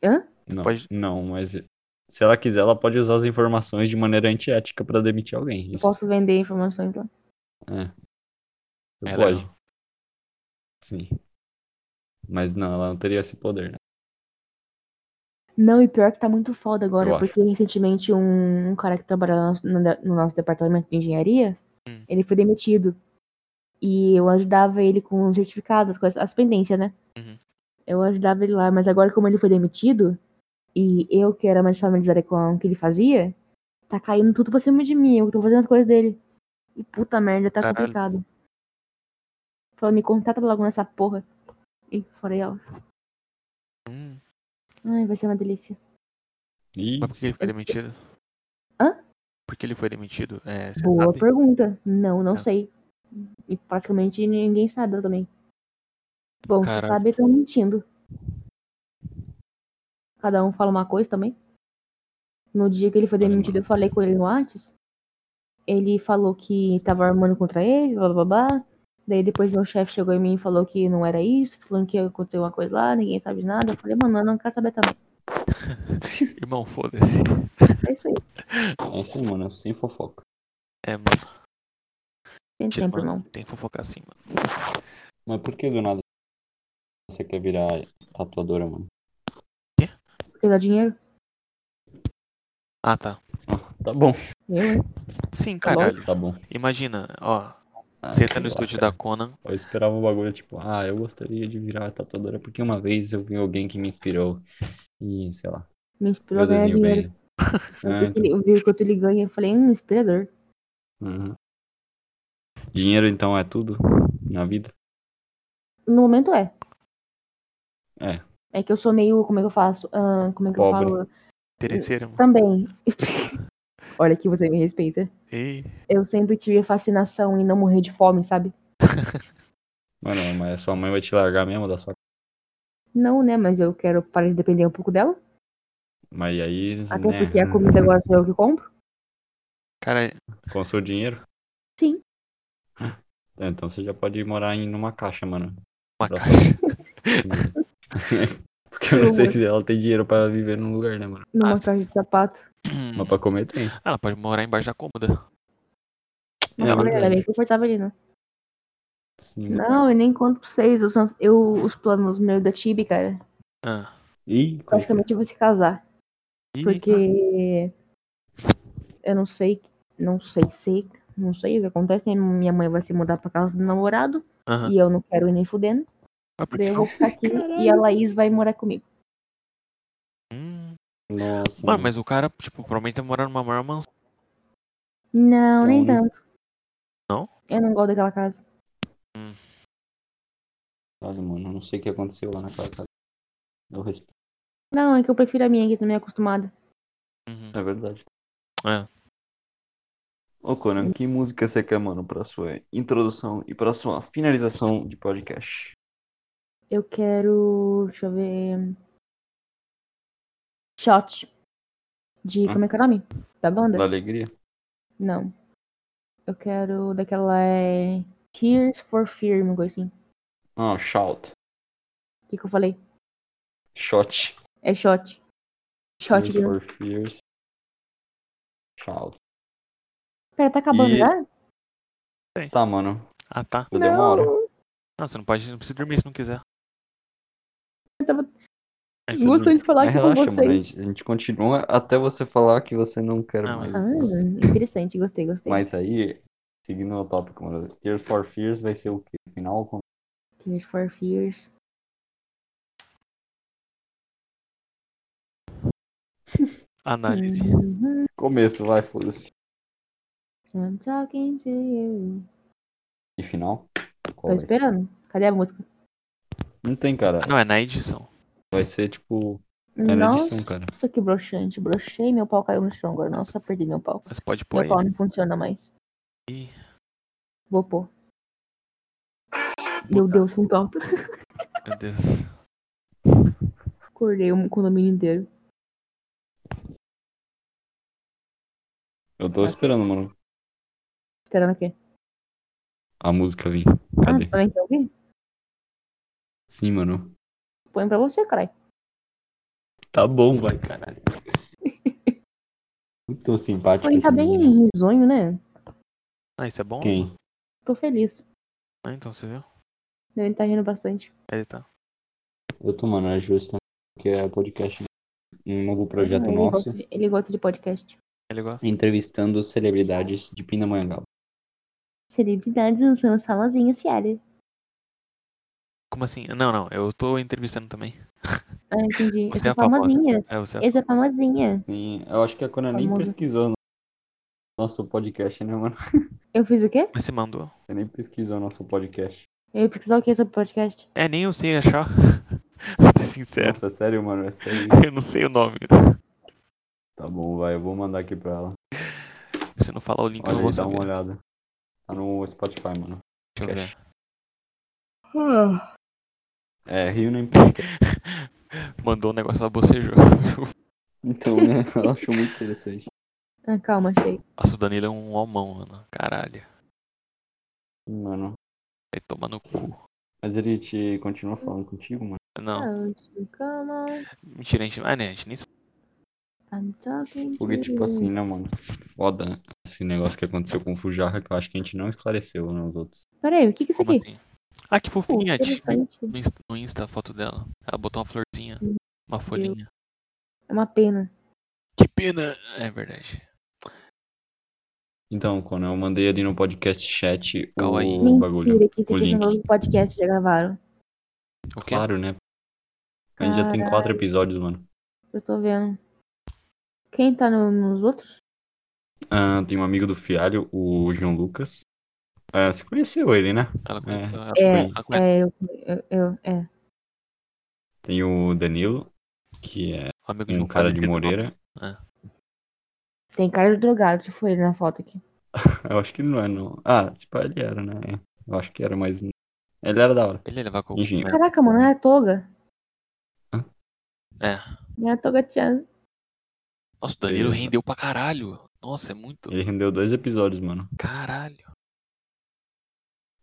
S3: Hã?
S4: Não,
S2: Pode-
S4: não, mas se ela quiser, ela pode usar as informações de maneira antiética pra demitir alguém. Isso
S3: Posso vender informações lá.
S4: você
S2: É
S4: pode.
S2: legal.
S4: Sim. Mas não, ela não teria esse poder, né?
S3: Não, e pior que tá muito foda agora,
S4: Eu acho.
S3: porque recentemente um, um cara que trabalha no, nosso- no de- no nosso departamento de engenharia,
S2: Hum.
S3: ele foi demitido. E eu ajudava ele com os certificados, com as, as pendências, né?
S2: Uhum.
S3: Eu ajudava ele lá, mas agora como ele foi demitido, e eu que era mais familiarizada com o que ele fazia, tá caindo tudo pra cima de mim, eu tô fazendo as coisas dele. E puta merda, tá
S2: Caralho.
S3: complicado. Falou, me contrata logo nessa porra. E falei, ó,
S2: Hum.
S3: ai, vai ser uma delícia.
S4: Ih,
S2: Mas por que ele foi demitido?
S3: Hã?
S2: Por que ele foi demitido? É, você
S3: Boa
S2: sabe?
S3: pergunta. Não, não
S2: Tá.
S3: sei. E praticamente ninguém sabe também. Bom, se
S2: Caralho.
S3: sabe, estão mentindo. Cada um fala uma coisa também. No dia que ele foi
S4: Olha,
S3: demitido,
S4: mano.
S3: eu falei com ele no Whats. Ele falou que tava armando contra ele, blá blá blá. Daí depois meu chefe chegou em mim e falou que não era isso, falando que aconteceu uma coisa lá, ninguém sabe de nada. Eu falei, mano, eu não quero saber também.
S2: Irmão, foda-se.
S3: É isso aí.
S4: é isso, mano, sem fofoca.
S2: É, mano.
S3: Tem
S2: Tira,
S3: tempo,
S2: mano.
S3: não.
S2: Tem que fofocar assim, mano.
S4: Mas por que do nada você quer virar tatuadora, mano?
S3: Porque dá dinheiro.
S2: Ah, tá.
S4: Ah, tá bom.
S3: Eu, hein?
S2: Sim,
S3: Tá bom.
S2: caralho.
S4: Tá bom.
S2: Imagina, ó.
S4: Ah,
S2: Você tá
S4: sei
S2: no
S4: lá,
S2: estúdio
S4: cara.
S2: da Conan.
S4: Eu esperava um bagulho tipo, ah, eu gostaria de virar tatuadora porque uma vez eu vi alguém que me inspirou e sei lá,
S3: Me inspirou a
S4: meu
S3: ganhar
S4: desenho
S3: dinheiro.
S4: bem. Ah,
S3: Eu vi que ele- Eu vi o quanto ele ganha eu falei, hum, inspirador.
S4: Uhum. Dinheiro então é tudo na vida?
S3: No momento é.
S4: É.
S3: É que eu sou meio, como é que eu faço? Ahn, como é que
S4: Pobre.
S3: eu falo?
S4: Hum.
S2: Interesseira, mano.
S3: Também. Olha que você me respeita.
S2: Ei.
S3: Eu sempre tive fascinação em não morrer de fome, sabe?
S4: Mano, mas sua mãe vai te largar mesmo da sua
S3: Não, né? Mas eu quero parar de depender um pouco dela.
S4: Mas aí,
S3: Até
S4: né,
S3: porque a comida agora sou eu que compro.
S2: Cara, é
S4: com o seu dinheiro,
S3: Sim.
S4: é, então você já pode morar em numa caixa, mano.
S2: uma
S4: Pra-
S2: caixa.
S4: Porque eu não sei
S3: Pelo
S4: se ela tem dinheiro pra viver num lugar, né, mano?
S3: Numa
S2: Ah, sim.
S3: caixa de é sapato.
S4: Mas pra comer tem.
S2: Ah, Ela pode morar embaixo da cômoda.
S4: É,
S3: Nossa, mas ela é
S4: verdade.
S3: bem confortável ali, né?
S4: Sim.
S3: Não, eu nem conto pra vocês. Eu, só- eu- os planos meus da Tibi, cara.
S2: Ah.
S4: Ih, como que-
S3: Praticamente eu vou se casar.
S2: Ih,
S3: Porque eu não sei, não sei, sei, não sei o que acontece. né? Minha mãe vai se mudar pra casa do namorado
S2: aham.
S3: e eu não quero ir nem fudendo.
S2: Mas por que
S3: Daí eu
S2: não?
S3: vou ficar aqui e a Laís vai morar comigo.
S2: Hum.
S4: Nossa,
S2: Mano, mas o cara, tipo, provavelmente vai morar numa maior mansão.
S3: Não, nem
S4: Então,
S3: tanto.
S2: Não?
S3: Eu não gosto daquela casa.
S4: Olha, mano, eu não sei o que aconteceu lá naquela casa. Eu respeito.
S3: Não, é que eu prefiro a minha, que também é acostumada.
S2: Uhum.
S4: É verdade.
S2: É.
S4: Ô, Conan, que música você quer, mano, pra sua introdução e pra sua finalização de podcast?
S3: Eu quero. Deixa eu ver. Shot. De.
S4: Hum.
S3: Como é que é o nome? Da banda?
S4: Da alegria?
S3: Não. Eu quero daquela. É... Tears for Fear, uma coisa assim.
S4: Ah, shout.
S3: O que, que eu falei?
S4: Shot.
S3: É shot. Shot.
S4: Tears
S3: de-
S4: for Fears. Shout.
S3: Pera, tá acabando
S4: E-
S3: já?
S4: Tá, mano.
S2: Ah, tá.
S4: Já deu uma hora.
S2: Não, você não pode, não precisa dormir se não quiser.
S3: Eu tava
S2: Aí você
S3: gostando de falar
S4: Mas
S3: aqui com
S4: relaxa, mano. A
S3: vocês.
S4: gente, a gente continua até você falar que você não quer
S2: Não,
S4: mais.
S3: Ah, interessante, gostei, gostei.
S4: Mas aí, seguindo o tópico, mano. Tears for Fears vai ser o quê? Final? com-
S3: Tears for Fears.
S4: Ah,
S2: Análise.
S3: Mhm.
S4: Começo, vai, foda-se.
S3: I'm talking to you.
S4: E final?
S3: Tô
S4: Qual vai ser?
S3: esperando. Cadê a música?
S4: Não tem, cara.
S2: Ah, não, é na edição.
S4: Vai ser tipo. na
S3: Nossa,
S4: edição, cara.
S3: que broxante. Brochei, meu pau caiu no chão agora. Nossa, perdi meu pau.
S2: Mas pode
S3: meu
S2: pôr aí.
S3: pau não funciona mais.
S2: Ih.
S3: Vou pôr. Meu Deus, um muito alto.
S2: Meu Deus.
S3: Acordei um condomínio inteiro.
S4: Eu tô esperando, mano.
S3: Esperando o quê?
S4: A música vir.
S3: Ah, tá.
S4: Cadê?
S3: você também quer ouvir?
S4: Sim, mano.
S3: Põe pra você, caralho.
S4: Tá bom, vai, caralho. Muito simpático.
S3: Põe tá
S4: esse menino.
S3: bem risonho, né?
S2: Ah, isso é bom?
S4: Quem?
S3: Tô feliz.
S2: Ah, então você viu?
S3: Ele tá rindo bastante.
S2: Ele tá.
S4: Eu tô, mano, é justo. Que é podcast. Um novo projeto
S3: Ah, ele,
S4: nosso.
S3: Gosta de, ele gosta de podcast.
S2: Ele gosta.
S4: Entrevistando celebridades de Pindamonhangaba.
S3: Celebridades dançando salazinhas, fiária.
S2: Como assim? Não, não. Eu tô entrevistando também.
S3: Ah, entendi.
S2: Você
S3: Essa
S2: é a
S3: é famosinha.
S2: É você.
S3: Essa é famosinha.
S4: Sim, eu acho que a Conan nem
S3: Famoso.
S4: pesquisou no nosso podcast, né, mano?
S3: Eu fiz o quê?
S2: Mas você mandou.
S4: Você nem pesquisou o nosso podcast.
S3: Eu ia pesquisar o que sobre podcast?
S2: É, nem eu sei achar. Pra ser sincero.
S4: Nossa, é sério, mano, é sério.
S2: Eu não sei o nome.
S4: Tá bom, vai, eu vou mandar aqui pra ela.
S2: Se eu não falar o link, eu
S4: Olha
S2: não
S4: aí,
S2: vou
S4: dá
S2: saber.
S4: uma olhada. Tá no Spotify, mano.
S2: Deixa eu ver.
S3: Ah,
S4: É, Rio nem podcast.
S2: Mandou um negócio, ela bocejou.
S4: Então, né, ela achou muito interessante.
S3: Ah, calma, achei.
S2: Nossa, o Danilo é um homão, mano. Caralho.
S4: Mano,
S2: Vai tomar no cu.
S4: mas ele te continua falando contigo, mano?
S2: Não,
S3: Come on,
S2: mentira, a gente. Ah, né, a gente nem. se-
S3: I'm talking to
S4: Porque, tipo
S3: you.
S4: assim, né, mano? Foda, né? Esse negócio que aconteceu com o Fujarra, que eu acho que a gente não esclareceu nos outros.
S3: Peraí, o que que é isso
S2: Como
S3: aqui?
S2: assim? Ah, que
S3: Pô,
S2: fofinha. a gente viu
S3: interessante.
S2: No Insta, no Insta a foto dela. Ela botou uma florzinha.
S3: Meu
S2: Uma folhinha.
S3: É uma pena.
S2: Que pena. É verdade.
S4: Então, Conan, eu mandei ali no podcast chat
S2: Calma aí.
S4: o um bagulho.
S3: Mentira, que isso
S4: o
S3: aqui
S4: link.
S3: são todos os podcasts que já gravaram.
S2: O quê?
S4: Claro, né? A gente já tem quatro episódios, mano.
S3: Eu tô vendo. Quem tá no- nos outros?
S4: Ah, tem um amigo do Fialho, o João Lucas. Ah, você conheceu ele, né?
S2: Ela conheceu. Ela,
S3: É,
S2: ela conhece.
S3: É, eu, eu, eu- é.
S4: Tem o Danilo, que é
S2: O amigo de
S4: um
S2: um
S4: cara de
S2: falecido
S4: Moreira.
S3: Tem cara de drogado, se foi ele na foto aqui.
S4: Eu acho que ele não é, não. Ah, se pá, ele era, né? É, Eu acho que era, mas. Ele era da hora.
S2: Ele leva com
S4: Enfim.
S2: né?
S3: Caraca, mano, é a toga.
S2: É.
S3: É a toga Tchan.
S2: Nossa, o Danilo
S4: Beleza.
S2: rendeu pra caralho. Nossa, é muito.
S4: Ele rendeu dois episódios, mano.
S2: Caralho.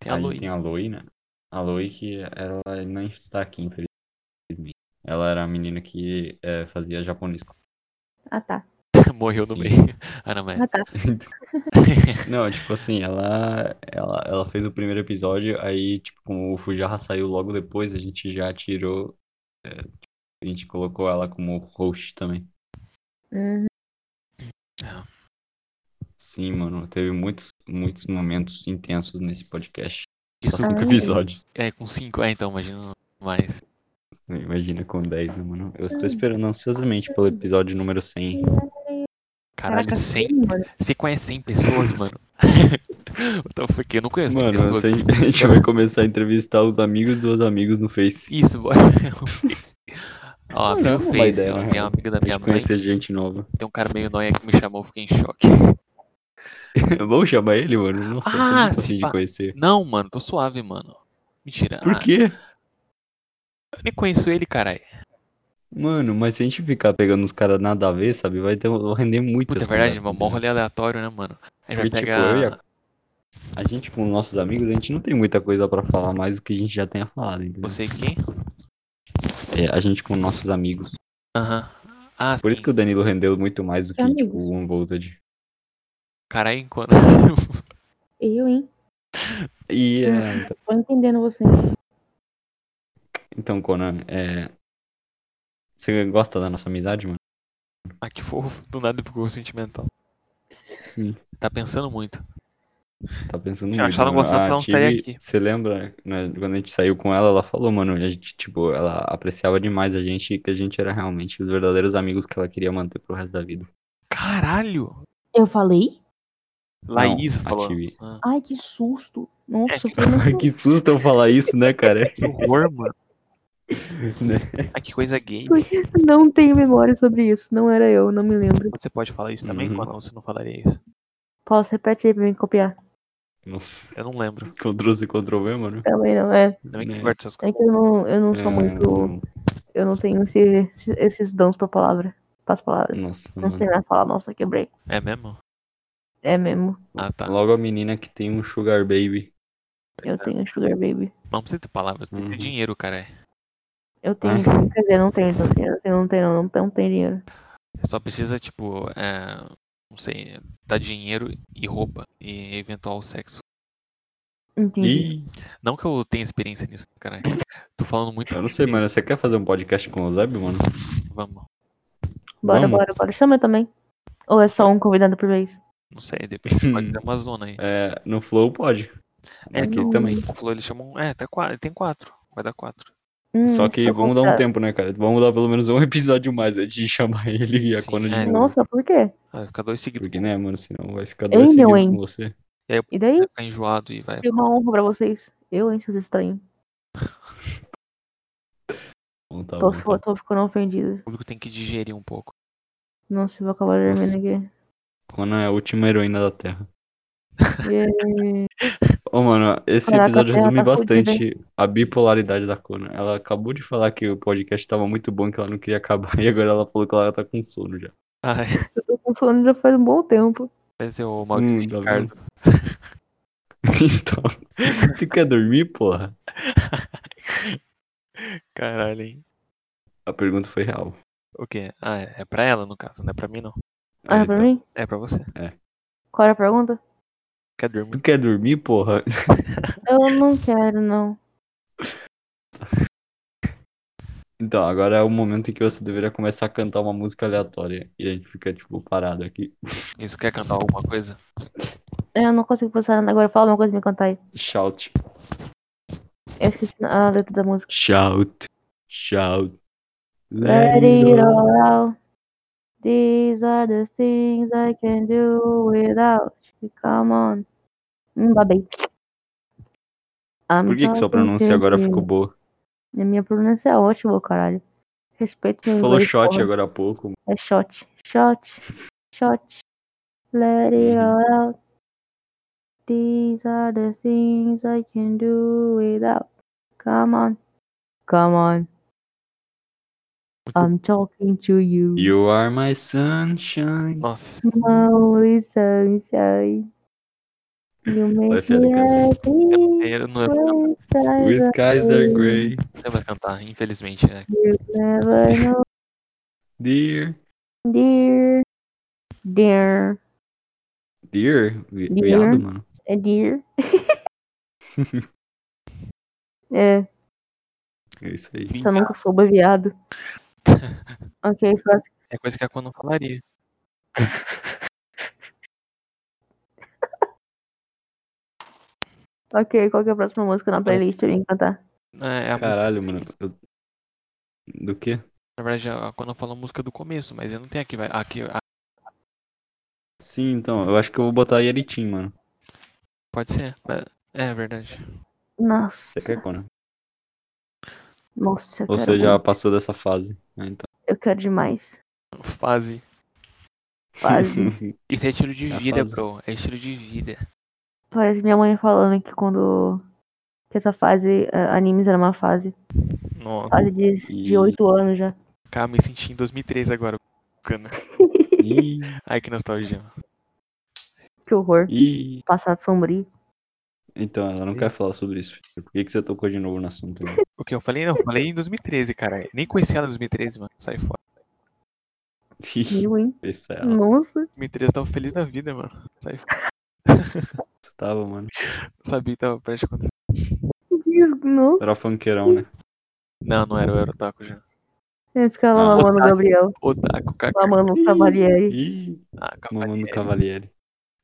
S2: Tem a
S4: Aí
S2: Loi.
S4: tem a Loi, né? A Loi que ela não está aqui, infelizmente. Ela era a menina que eh, fazia japonês.
S3: Ah, tá.
S2: Morreu no
S4: um Sim.
S2: meio. Ah, não, mas.
S3: Ah, tá. é
S4: Não, tipo assim, ela, ela, ela fez o primeiro episódio, aí, tipo, como o Fujaha saiu logo depois, a gente já tirou. eh, a gente colocou ela como host também.
S3: Uhum.
S4: Sim, mano, teve muitos, muitos momentos intensos nesse podcast.
S2: Isso
S4: Só cinco
S3: Ai.
S4: episódios.
S2: É, com 5. É, então, imagina mais.
S4: Imagina com 10, né, mano? Eu estou esperando ansiosamente pelo episódio número 100.
S2: Caralho,
S3: Caraca,
S2: 100.
S3: sim, mano.
S2: Você conhece 100 pessoas, mano? então foi que eu não conheço 100
S4: Mano,
S2: pessoas.
S4: a gente- a gente vai começar a entrevistar os amigos dos amigos no Face.
S2: Isso, bora. O Face. Ó,
S4: Não, não é
S2: abriu
S4: uma
S2: o Face,
S4: ideia,
S2: ó,
S4: na
S2: tem
S4: real.
S2: uma amiga da
S4: A
S2: minha
S4: gente
S2: mãe,
S4: conhecer gente nova.
S2: tem um cara meio nóia que me chamou, eu fiquei em choque.
S4: Vamos chamar ele, mano? Não sei, tô
S2: Ah,
S4: muito
S2: se
S4: afim de
S2: pá.
S4: conhecer.
S2: Não, mano, tô suave, mano. Mentira.
S4: Por
S2: Ah,
S4: quê?
S2: eu nem conheço ele, caralho.
S4: Mano, mas se a gente ficar pegando os caras nada a ver, sabe? Vai, ter, um, vai render muito.
S2: Puta, é verdade, mano, mó rolê aleatório, né, mano? A gente vai
S4: Porque, tipo, eu e
S2: pegar.
S4: a- A gente, com nossos amigos, a gente não tem muita coisa pra falar mais do que a gente já tenha falado, entendeu?
S2: Você e quem?
S4: É, a gente com nossos amigos.
S2: Aham. Ah,
S4: Por isso que o Danilo rendeu muito mais do que,
S3: Amigos.
S4: tipo, o Unvolted.
S2: Caralho, enquanto.
S3: Eu, hein?
S4: E,
S3: Hum.
S4: é, então-
S3: Tô entendendo vocês.
S4: então, Conan, é... Você gosta da nossa amizade, mano?
S2: ah, que fofo. Do nada ficou sentimental.
S4: Sim.
S2: Tá pensando muito.
S4: Tá pensando
S2: Se eu
S4: muito,
S2: achar ela
S4: mano.
S2: gostar,
S4: A
S2: ela não estaria
S4: Tive-
S2: aqui.
S4: Você lembra, né, quando a gente saiu com ela, ela falou, mano, a gente, tipo, ela apreciava demais a gente, e que a gente era realmente os verdadeiros amigos que ela queria manter pro resto da vida.
S2: Caralho!
S3: Eu falei?
S2: Laís
S4: a
S2: falou.
S4: Tibi.
S2: Ah,
S3: Ai, que susto. Nossa, foi
S4: Ai,
S3: muito...
S4: que susto eu falar isso, né, cara?
S2: que horror, mano.
S4: Né?
S2: Ah, que coisa gay.
S3: Não tenho memória sobre isso. Não era eu, não me lembro.
S2: Você pode falar isso também?
S4: Uhum.
S2: Ou não, você não falaria isso?
S3: Posso repetir pra mim copiar?
S4: Nossa,
S2: Eu não lembro.
S4: Ctrl C, Ctrl V, mano.
S3: Também não, é.
S2: Também que
S4: Né?
S2: guarda essas
S3: É
S2: coisas.
S3: que eu não, eu não sou
S4: É,
S3: muito... Eu não tenho esse- esses dons pra palavra. Pras palavras.
S4: Nossa,
S3: Não
S4: mano.
S3: sei mais falar. Nossa, quebrei.
S2: É mesmo?
S3: É mesmo.
S2: Ah, tá.
S4: Logo a menina que tem um sugar baby.
S3: Eu tenho sugar baby.
S2: Não precisa ter palavras, tem que ter
S4: Uhum.
S2: dinheiro, cara.
S3: Eu
S4: Hum.
S3: tenho, quer dizer, não tenho tanto dinheiro, eu não tenho, não, não tenho, não tenho dinheiro.
S2: É Só precisa, tipo, é, não sei, dar dinheiro e roupa e eventual sexo.
S3: Entendi.
S4: Ih,
S2: Não que eu tenha experiência nisso, cara. Tô falando muito.
S4: eu não sei, mano. Você quer fazer um podcast com o Zeb, mano?
S2: Vamos.
S3: bora,
S4: vamos.
S3: bora, bora. Chama eu também. Ou é só um convidado por vez?
S2: Não sei, depois pode dar uma zona aí.
S4: É, no Flow pode.
S2: É,
S4: Aqui
S3: não.
S4: também.
S2: O Flow ele chama um. É, tá quatro, tem quatro. Vai dar quatro.
S3: Hum,
S4: Só que
S3: se eu
S4: vamos dar um
S3: contar-
S4: tempo, né, cara? Vamos dar pelo menos um episódio mais antes de chamar ele e a
S2: Sim,
S4: Kona de
S2: é.
S4: novo.
S3: Nossa, por quê?
S2: Ah, vai ficar dois seguidos.
S4: Porque, né, mano, senão vai ficar
S3: Ei,
S4: dois
S3: meu,
S4: seguidos
S3: hein?
S4: com você.
S3: E
S4: É,
S3: daí?
S2: Vai ficar enjoado e vai.
S3: Seria uma honra pra vocês. Eu, hein, seus estranhos.
S4: Bom, tá
S3: Tô,
S4: bom, tá
S3: fo- tô ficando ofendido.
S2: O público tem que digerir um pouco.
S3: Nossa, eu vou acabar dormindo aqui.
S4: bom. Kona é a última heroína da Terra.
S3: E-
S4: Ô, mano, esse
S3: Caraca, a
S4: episódio
S3: Terra tá
S4: resume
S3: fudida,
S4: bastante a bipolaridade da Kona. Ela acabou de falar que o podcast tava muito bom, que ela não queria acabar, e agora ela falou que ela tá com sono já.
S2: Ai,
S3: eu tô com sono já faz um bom tempo.
S2: mas é. o maldito
S4: Hum, tá
S2: Ricardo.
S4: Então, tu quer dormir, porra?
S2: Caralho, hein?
S4: A pergunta foi real.
S2: O quê? Ah, é, é pra ela no caso, não é pra mim não.
S3: Ah,
S4: É,
S3: pra
S4: então.
S3: mim?
S2: É pra você.
S3: Qual era a pergunta?
S2: Quer dormir?
S4: Tu quer dormir, porra?
S3: Eu não quero, não.
S4: Então, agora é o momento em que você deveria começar a cantar uma música aleatória. E a gente fica, tipo, parado aqui.
S2: Isso quer cantar alguma coisa?
S3: Eu não consigo pensar nada agora. Fala uma coisa e me cantar aí.
S4: Shout,
S3: Eu esqueci a letra da música.
S4: shout, shout. É,
S3: Let it all out. These are the things I can do without. you. Come on. Hum, babei. I'm
S4: Por que que
S3: talking
S4: sua pronúncia
S3: to
S4: agora
S3: you.
S4: ficou boa?
S3: A minha pronúncia é ótima, caralho. Respeito
S4: Você
S3: meu
S4: falou
S3: inglês,
S4: shot
S3: porra.
S4: agora há pouco.
S3: É shot. Shot. Shot. Let it
S4: Uhum.
S3: all out. These are the things I can do without. Come on. Come on.
S2: Muito...
S3: I'm talking to you.
S4: You are my sunshine.
S2: Nossa, é
S3: Only sunshine. You make
S4: Vai,
S3: me
S4: Felipe.
S2: eu não
S3: happy.
S2: sei, eu não eu
S3: when
S4: The
S3: skies
S4: skies are grey,
S2: não sei mais cantar, infelizmente, né?
S3: You never know,
S4: dear.
S3: dear. Dear.
S4: Dear? Vi-
S3: Dear.
S4: Viado, mano.
S3: É dear. é,
S4: É isso aí.
S3: só nunca soube, viado. ok, próximo.
S2: É coisa que a Quan não falaria.
S3: Ok, qual que é a próxima música na playlist pra mim cantar?
S2: É, a música,
S4: Caralho, mano. eu- Do quê?
S2: na verdade, a Quan não falou a música do começo, mas eu não tenho aqui. vai- aqui ah, a-
S4: Sim, então, eu acho que eu vou botar Yeritim, mano.
S2: pode ser. mas- É, verdade.
S3: Nossa,
S4: Você quer Conan?
S3: nossa, eu
S4: Ou
S3: quero
S4: você já
S3: muito.
S4: passou dessa fase? Ah, então.
S3: Eu quero demais.
S2: Fase.
S3: Quase.
S2: Isso é estilo de
S4: É a
S2: vida,
S4: fase.
S2: bro. É estilo de vida.
S3: Parece minha mãe falando que quando. Que essa fase. eh, animes era uma fase.
S2: Nossa,
S3: Fase de, de
S4: E-
S3: 8 anos já.
S2: cara, me senti em 2003 agora. Cana.
S4: Ih,
S2: Ai, que nostalgia.
S3: Que horror.
S4: ih.
S3: Passado sombrio.
S4: Então, ela não
S2: Sim.
S4: quer falar sobre isso. filho. Por que, que você tocou de novo no assunto? né?
S2: O que eu falei? Não, eu falei em 2013, cara. Nem conheci ela em 2013, mano. Sai fora.
S4: Ih,
S3: Meu, hein?
S4: Isso é ela.
S3: Nossa.
S2: 2013 eu tava feliz da vida, mano. Sai fora.
S4: Você tava, mano.
S2: Não sabia que tava prestes a acontecer.
S3: Diz,
S4: Você era
S3: nossa.
S4: funkeirão, né?
S2: Não, não era. Eu era otaku já.
S3: Eu ficava
S4: Ah.
S3: mamando o Gabriel.
S2: Otaku, cara.
S3: Mamando o
S4: Ih.
S3: Cavalieri.
S4: Ih,
S2: Ah, calma aí.
S4: mamando o Cavalieri.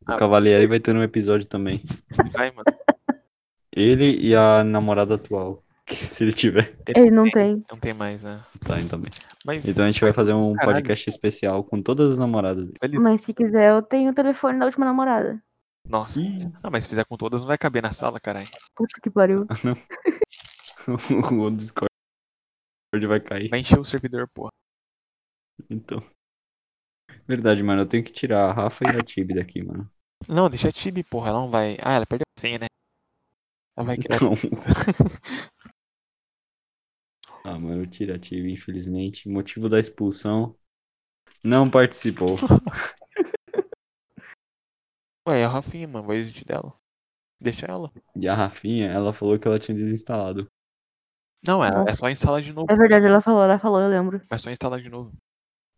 S2: Ah.
S4: O Cavalieri vai ter um episódio também.
S2: Vai, mano.
S4: Ele e a namorada atual. Se ele tiver.
S3: Ele não tem.
S2: Não tem mais, né?
S4: Tá, então bem.
S2: Mas
S4: Então a gente vai fazer um
S2: Caralho.
S4: podcast especial com todas as namoradas dele.
S2: feliz.
S3: Mas se quiser, eu tenho o telefone da última namorada.
S2: Nossa.
S4: Ih.
S2: Ah, mas se fizer com todas, não vai caber na sala, caralho.
S3: Puta que pariu.
S4: Ah. o Discord vai cair.
S2: Vai encher o servidor, porra.
S4: Então. Verdade, mano. Eu tenho que tirar a Rafa e a Tibi daqui, mano.
S2: Não, deixa a Tibi, porra. Ela não vai. Ah, ela perdeu a senha, né? Ela vai criar.
S4: Então. ah, mano, eu tiro a Tibi, infelizmente. Motivo da expulsão. Não participou.
S2: Ué, é a Rafinha, mano. Vai existir dela. Deixa ela.
S4: E a Rafinha, ela falou que ela tinha desinstalado.
S2: Não, ela é
S3: Nossa.
S2: só instalar de novo.
S3: É verdade, ela falou, ela falou, eu lembro.
S2: É só instalar de novo.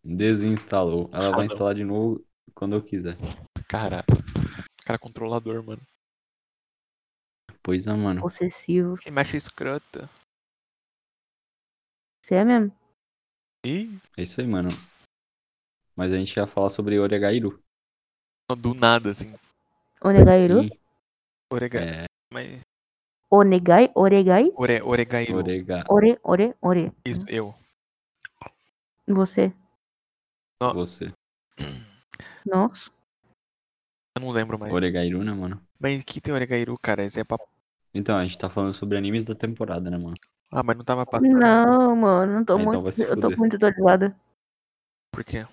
S4: Desinstalou. Ela
S2: Ah,
S4: vai
S2: não.
S4: instalar de novo quando eu quiser.
S2: Cara. Cara controlador, mano.
S4: Pois é, mano.
S3: Possessivo.
S2: Que macho escrota.
S3: Você é mesmo?
S2: Ih,
S4: É isso aí, mano. Mas a gente ia falar sobre Oregairu.
S2: do nada, assim.
S3: Onegairu?
S4: Sim,
S2: Oregai.
S4: é.
S2: Mas.
S3: Onegai? Oregai?
S2: Ore, oregairu.
S4: Orega.
S3: Ore, ore, ore.
S2: Isso, eu.
S3: Você.
S4: Você.
S3: Nossa.
S2: Eu não lembro mais.
S4: Oregairu, né, mano?
S2: Mas que tem oregairu, cara? Esse é papo.
S4: Então, a gente tá falando sobre animes da temporada, né, mano?
S2: Ah, mas não tava passando.
S3: Não, mano, não tô
S4: Ah, então vai
S3: muito.
S4: se
S3: eu tô
S4: fuder.
S3: muito atualizada.
S2: Por quê?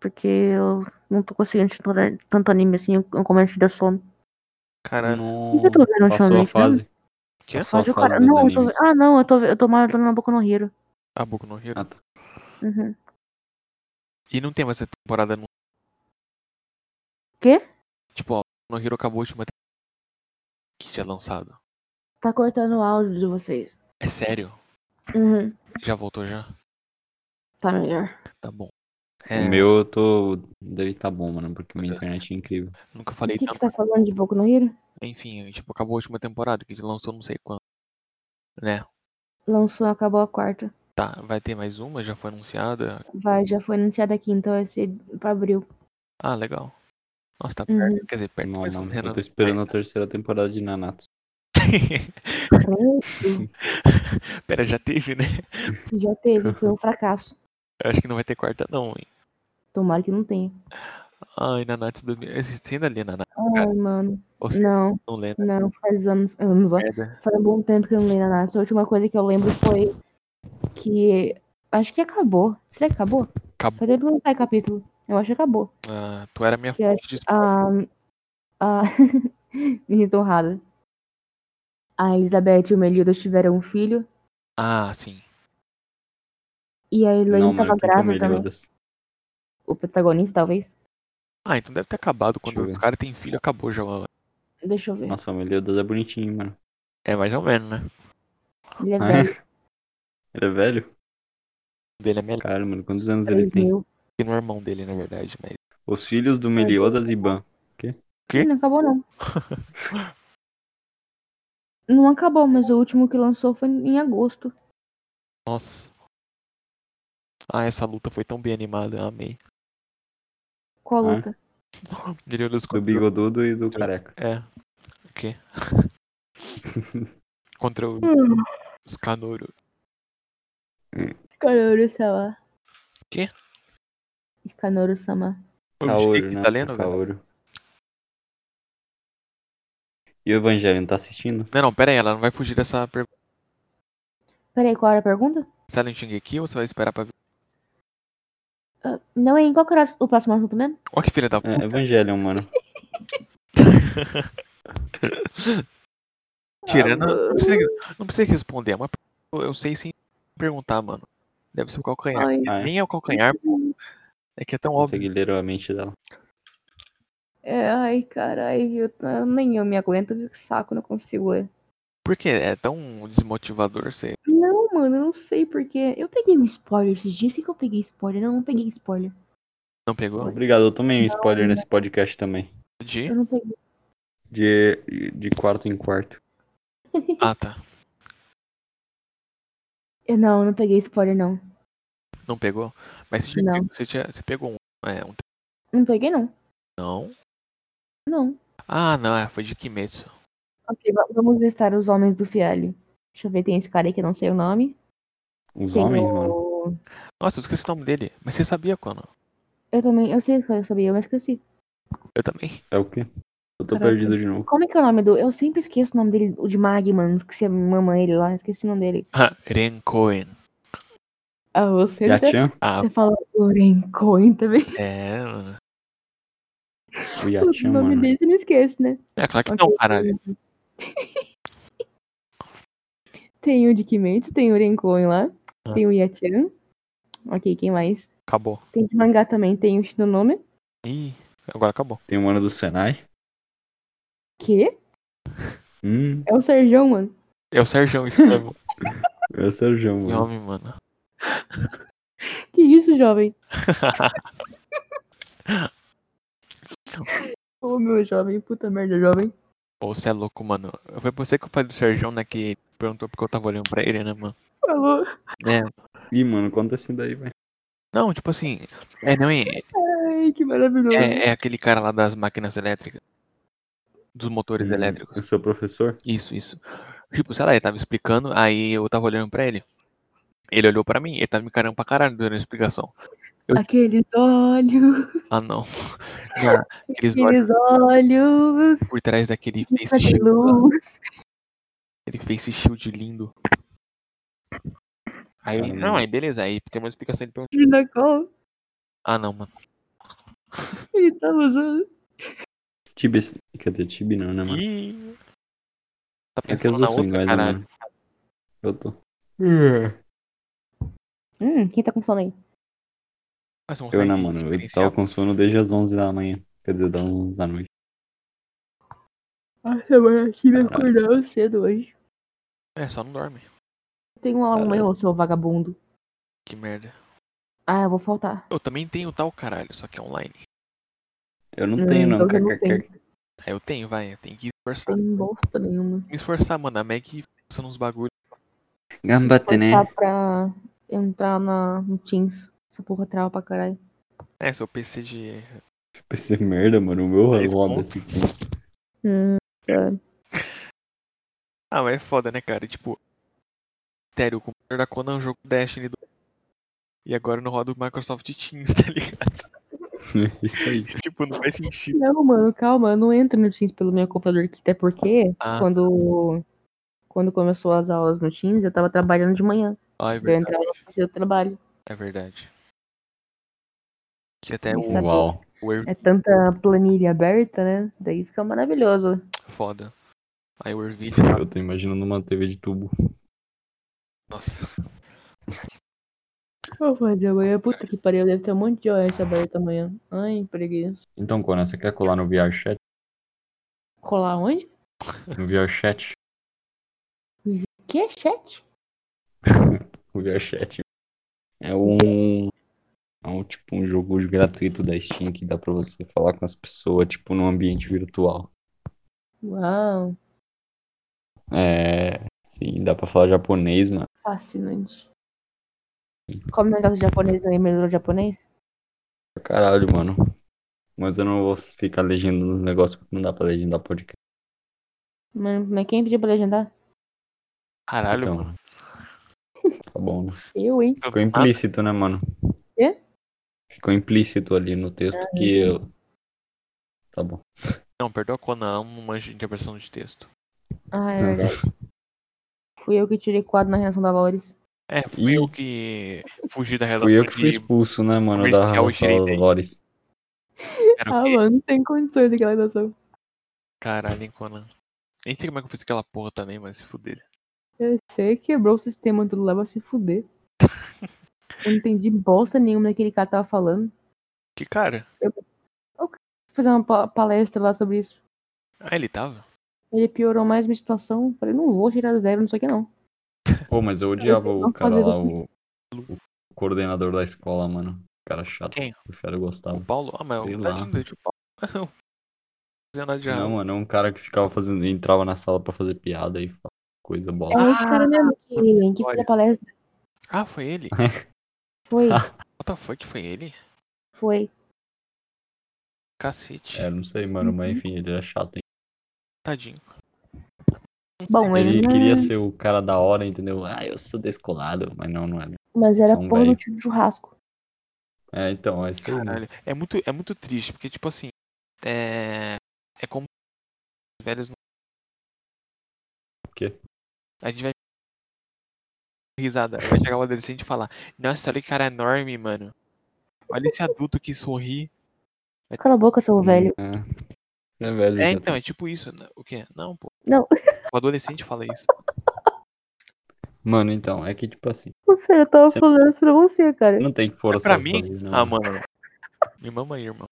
S3: Porque eu não tô conseguindo assistir tanto- tanto anime assim, eu eu começo de dar sono.
S2: Caralho.
S3: O que eu tô
S4: Não.
S3: vendo
S4: Passou a
S3: ultimamente? né?
S4: fase.
S2: Que? é
S4: Passou a
S3: Pode
S4: fase
S3: parar-
S4: dos
S3: Não, eu tô...
S4: animes.
S3: Ah, não, eu tô, eu tô maratona na boca no Hero.
S2: A Boku no Hero.
S4: Ah, tá.
S3: Uhum.
S2: E não tem mais essa temporada no.
S3: Quê?
S2: Tipo, ó, no Hero acabou a última temporada que tinha lançado.
S3: Tá cortando o áudio de vocês.
S2: É sério?
S3: Uhum.
S2: Já voltou já?
S3: Tá melhor.
S2: Tá bom. É,
S4: O meu eu tô. Deve tá bom, mano, porque minha internet é incrível.
S2: Nunca
S3: O
S2: falei
S3: que, que
S2: tanto.
S3: você tá falando de boca no Hero?
S2: Enfim, tipo, acabou a última temporada que lançou não sei quando. Né?
S3: Lançou, acabou a quarta.
S2: Tá, vai ter mais uma, já foi anunciada.
S3: Vai, já foi anunciada aqui, então vai ser pra abril.
S2: Ah, legal. Nossa, tá
S3: Uhum.
S2: perto. Quer dizer, perto um
S4: Não,
S2: mais ou
S4: mano, eu
S2: menos.
S4: tô esperando a terceira temporada de Nanatsu.
S2: Pera, já teve, né?
S3: Já teve, foi um fracasso.
S2: Eu acho que não vai ter quarta, não, hein?
S3: Tomara que não tenha.
S2: Ai, Nanatsu do Você ainda lê Nanatsu?
S3: Ai, mano.
S2: Ou você
S3: Não,
S2: não lê?
S3: não, faz anos. anos ó.
S2: Merda.
S3: Faz um bom tempo que eu não leio Nanatsu. A última coisa que eu lembro foi que. Acho que acabou. Será que acabou?
S2: Acabou.
S3: Faz tempo que não sai capítulo. Eu acho que acabou. Ah,
S2: Ah, tu era minha
S3: Que
S2: fonte de
S3: A. A. Menina Dourada. A Elizabeth e o Meliodas tiveram um filho.
S2: Ah, sim.
S3: E a Elaine
S4: não, mano,
S3: tava
S4: quem que é o
S3: grávida né? também.
S4: Meliodas?
S3: O protagonista, talvez.
S2: Ah, então deve ter acabado. Quando
S4: Deixa eu
S2: os
S4: ver.
S2: caras têm filho, acabou já.
S3: Deixa eu ver.
S4: Nossa, o Meliodas é bonitinho, mano.
S2: É mais ou menos, né?
S3: Ele é
S4: Ah,
S3: velho.
S4: Ele é velho?
S2: O dele é melhor
S4: Cara, mano, quantos anos ele
S3: 3
S4: tem?
S3: mil.
S2: que no irmão dele, na verdade. Mas...
S4: Os filhos do Meliodas e Ban.
S2: Quê?
S3: Ih, Não acabou, não. não acabou, mas o último que lançou foi em agosto.
S2: Nossa. Ah, essa luta foi tão bem animada. Amei.
S3: Qual
S4: Ah.
S3: a luta?
S2: Meliodas
S4: Do
S2: contra...
S4: Bigodudo e do Careca.
S2: É. O quê? contra o... os Canouro.
S3: Kanoru-sama.
S2: Quê?
S3: Kanoru-sama.
S2: O
S4: Kaoru,
S2: Jake
S4: né?
S2: tá lendo, velho?
S4: Kaoru. E o Evangelho, não tá assistindo?
S2: Não, não, pera aí. Ela não vai fugir dessa pergunta.
S3: Peraí, qual era a pergunta?
S2: Se ela enxerga aqui ou você vai esperar pra ver?
S3: Ah, não, hein? Qual que era o próximo assunto mesmo?
S2: Ó que filha da puta.
S4: É, Evangelho, mano.
S2: Tirando. Ah,
S3: Ah,
S2: Não precisa, não precisa responder, é uma pergunta. Eu sei sem perguntar, mano. Deve ser o calcanhar.
S3: Ai,
S4: Ah, é.
S2: Nem é o calcanhar, pô. É que é tão óbvio.
S4: Consegue ler a mente dela.
S3: é, ai caralho, eu- nem eu me aguento, que saco, não consigo ler.
S2: Porque é tão desmotivador você.
S3: Não, mano, eu não sei porque. Eu peguei um spoiler esses dias. O que, que eu peguei spoiler? Não, eu não peguei spoiler.
S2: Não pegou?
S4: Obrigado, eu tomei um
S3: né?
S4: spoiler nesse podcast também.
S2: De?
S3: Eu não peguei.
S4: De, de quarto em quarto.
S2: Ah, tá.
S3: Eu não, eu não peguei spoiler, não.
S2: Não pegou? Mas você, tinha,
S3: Não.
S2: pego- você, tinha- você pegou um. É, um.
S3: Não peguei, não.
S2: Não.
S3: Não.
S2: Ah, não, é, foi de Kimetsu.
S3: Ok, va- vamos listar os homens do Fialho. Deixa eu ver, tem esse cara aí que eu não sei o nome.
S4: Os
S3: Tem
S4: homens,
S3: o-
S4: mano.
S2: Nossa, eu esqueci o nome dele. Mas você sabia quando?
S3: Eu também, eu sei que eu sabia, mas esqueci.
S2: Eu também.
S4: É o quê? Eu tô
S3: Caraca.
S4: perdido de novo.
S3: Como é que é o nome do. Eu sempre esqueço o nome dele, o de Mag, mano. Esqueci a mamãe ele lá, esqueci o nome dele.
S2: Ah, Ren Cohen.
S3: Ah, você.
S4: Yachan?
S2: Ah,
S3: Você fala Loren Cohen também.
S2: é, mano.
S4: O Yachan,
S3: o nome
S4: mano.
S3: dele você não esquece, né?
S2: É claro que
S4: Então,
S3: Ok.
S2: não, caralho.
S3: Tem o de Kimetsu, tem o Renkoin lá,
S2: Ah.
S3: tem o Yachan. Ok, quem mais?
S2: Acabou.
S3: Tem de mangá também, tem o Shinonome.
S2: Ih, agora acabou.
S4: Tem um ano do Senai.
S3: Que?
S4: Hum,
S3: É o Serjão, mano.
S2: É o Sérgio escravo.
S4: é o Sérgio,
S2: Que
S4: mano.
S2: homem, mano.
S3: Que isso, jovem? Ô, meu jovem, puta merda, jovem.
S2: Pô, você é louco, mano. Foi você que eu falei do Sérgio, né? Que perguntou porque eu tava olhando pra ele, né, mano?
S3: Falou.
S2: É.
S4: Ih, mano, conta assim daí, velho.
S2: Não, tipo assim. É, não, é,
S3: Ai, que maravilhoso.
S2: é, é aquele cara lá das máquinas elétricas. Dos motores
S4: Eu
S2: elétricos.
S4: sou professor?
S2: Isso, isso. Tipo, sei lá, ele tava explicando, aí eu tava olhando pra ele. Ele olhou pra mim, ele tava me encarando pra caralho durante a explicação.
S3: Aqueles olhos,
S2: Ah, não. Não, Aqueles olhos
S3: aqueles olhos.
S2: por trás daquele face
S3: tá de
S2: shield. lá,
S3: luz.
S2: Aquele face shield lindo. Aí, eu- não,
S4: Caramba.
S2: aí beleza, aí tem uma explicação, ele perguntou.
S3: de na qual
S2: Ah, não, mano.
S3: ele tá usando.
S4: Tibi. Cadê Tibi não, né, mano?
S2: Ih. Tá
S4: É que as
S2: pensando na
S4: duas são
S2: outra,
S4: iguais, né,
S2: caralho.
S4: mano? Eu tô.
S3: Hum, quem tá com sono aí?
S2: Mas vamos
S4: Eu
S2: sair
S4: não,
S2: de
S4: mano. Eu
S2: diferencial.
S4: tava com sono desde as 11 da manhã. Quer dizer, das 11 da noite.
S3: Nossa, mano, aqui me
S4: Caralho.
S3: acordou cedo hoje.
S2: É, só não dorme.
S3: Tem um aluno meu, seu vagabundo.
S2: Que merda.
S3: Ah, eu vou faltar.
S2: Eu também tenho tal caralho, só que é online.
S4: Eu não
S3: Hum,
S4: tenho, não.
S3: hoje eu não
S4: kkk.
S2: Aí eu tenho, vai. Eu tenho que esforçar.
S3: Tem bosta nenhuma.
S2: Me esforçar, mano. A Meg passa uns bagulho.
S4: Gambate, né?
S3: Forçar pra entrar na, no Teams. Essa porra trava pra caralho.
S2: É, seu PC de.
S4: Esse merda, mano. O meu
S2: Dez
S4: roda
S2: pontos.
S4: esse aqui.
S3: Hum, cara.
S2: Ah, mas é foda, né, cara? Tipo. Sério, o computador da Conan é um jogo Destiny do. E agora não roda o Microsoft Teams, tá ligado?
S4: Isso aí.
S2: tipo, não faz sentido.
S3: Não, mano, calma. Eu não entro no Teams pelo meu computador aqui. Até porque
S2: Ah,
S3: quando, quando começou as aulas no Teams, eu tava trabalhando de manhã.
S2: ah, é
S3: Daí Eu
S2: verdade.
S3: entrava no PC do trabalho.
S2: É verdade. Que até o,
S3: Isso Sabe-
S4: Uau.
S2: o Air
S3: É tanta planilha aberta, né? Daí fica maravilhoso.
S2: foda. Aí o Ervilha.
S4: Eu tô imaginando uma TV de tubo.
S2: Nossa.
S3: Vou fazer amanhã. Puta que pariu, deve ter um monte de OS aberto amanhã. Ai, preguiça.
S4: Então, Conan, você quer colar no VRChat?
S3: Colar onde?
S4: No VRChat?
S3: Que é chat?
S4: O VRChat é um. É um tipo um jogo gratuito da Steam que dá pra você falar com as pessoas, tipo, num ambiente virtual.
S3: Uau,
S4: É. Sim, dá pra falar japonês, mano.
S3: fascinante. Como é o negócio japonês? Lembra do japonês?
S4: Pra Caralho, mano. Mas eu não vou ficar legendando os negócios porque não dá pra legendar podcast.
S3: Mano, mas quem pediu pra legendar?
S2: Caralho,
S4: Então.
S2: mano.
S4: Tá bom, né?
S3: Eu, hein?
S2: Ah.
S4: Ficou implícito, né, mano?
S3: Quê? Ah,
S4: Ficou implícito ali no texto que eu. Tá bom.
S2: Não, perdoa quando ela não manja de interpretação de texto.
S3: Ah, é verdade. Fui eu que tirei quadro na reação da Lores.
S2: É, fui
S4: Ih.
S2: eu que fugi da relação
S4: Fui eu que fui
S2: de
S4: expulso, né, mano, da
S2: comercial direito
S4: da
S2: aí.
S4: Lores.
S2: Era o
S3: Ah,
S2: quê?
S3: mano, sem condições daquela redação.
S2: Caralho, hein, Conan. Nem sei como é que eu fiz aquela porra também, mas se fuder.
S3: Eu sei, quebrou o sistema tudo lá, vai se fuder. Eu não entendi bosta nenhuma daquele cara tava falando.
S2: Que cara?
S3: Fui fazer uma pa- palestra lá sobre isso.
S2: Ah, ele tava?
S3: Ele piorou mais minha situação. Falei, não vou tirar zero, não sei o que não.
S4: Pô, mas eu odiava o
S3: vamos
S4: cara
S3: fazer
S4: lá,
S3: do-
S4: o, o coordenador da escola, mano. Cara chato.
S2: Quem?
S4: O cara
S2: O
S4: gostava.
S2: Paulo? Ah, mas
S4: Sei
S2: o
S4: lá.
S2: tadinho dele, o Paulo. Não fazia nada de
S4: Não,
S2: errado.
S4: mano, é um cara que ficava fazendo. entrava na sala pra fazer piada e falava coisa
S3: É
S4: bosta.
S2: Ah,
S3: esse cara mesmo que, que fez
S2: olha.
S3: a palestra.
S2: Ah, foi ele?
S3: Foi,
S4: Ah.
S2: What the fuck, foi ele?
S3: foi. Ah.
S2: Cacete.
S4: É, não sei, mano, mas enfim, ele era chato, hein?
S2: Tadinho.
S3: Bom, ele,
S4: Ele
S3: não é-
S4: queria ser o cara da hora, entendeu? Ah, eu sou descolado, mas não, não é.
S3: Mas era
S4: ser um
S3: porra do
S4: velho.
S3: tiro de churrasco.
S4: É, então, é isso aí. né?
S2: Caralho. É muito, é muito triste, porque, tipo assim. É. É como. Os velhos não. O
S4: quê?
S2: A gente vai. Risada. Vai chegar o adolescente e falar: Nossa, olha que cara enorme, mano. Olha esse adulto que sorri.
S3: Cala a boca, seu velho.
S4: É, é velho.
S2: É,
S4: já
S2: então,
S4: tá.
S2: é tipo isso. né? O quê? Não, pô.
S3: Não.
S2: O adolescente fala isso.
S4: Mano, então, é que tipo assim,
S3: Sério, eu tava
S4: Você-
S3: falando isso pra você, cara.
S4: não tem que forçar
S2: pra
S4: os
S2: mim?
S4: bagulhos, não.
S2: Ah, mano. Me mama aí, irmão.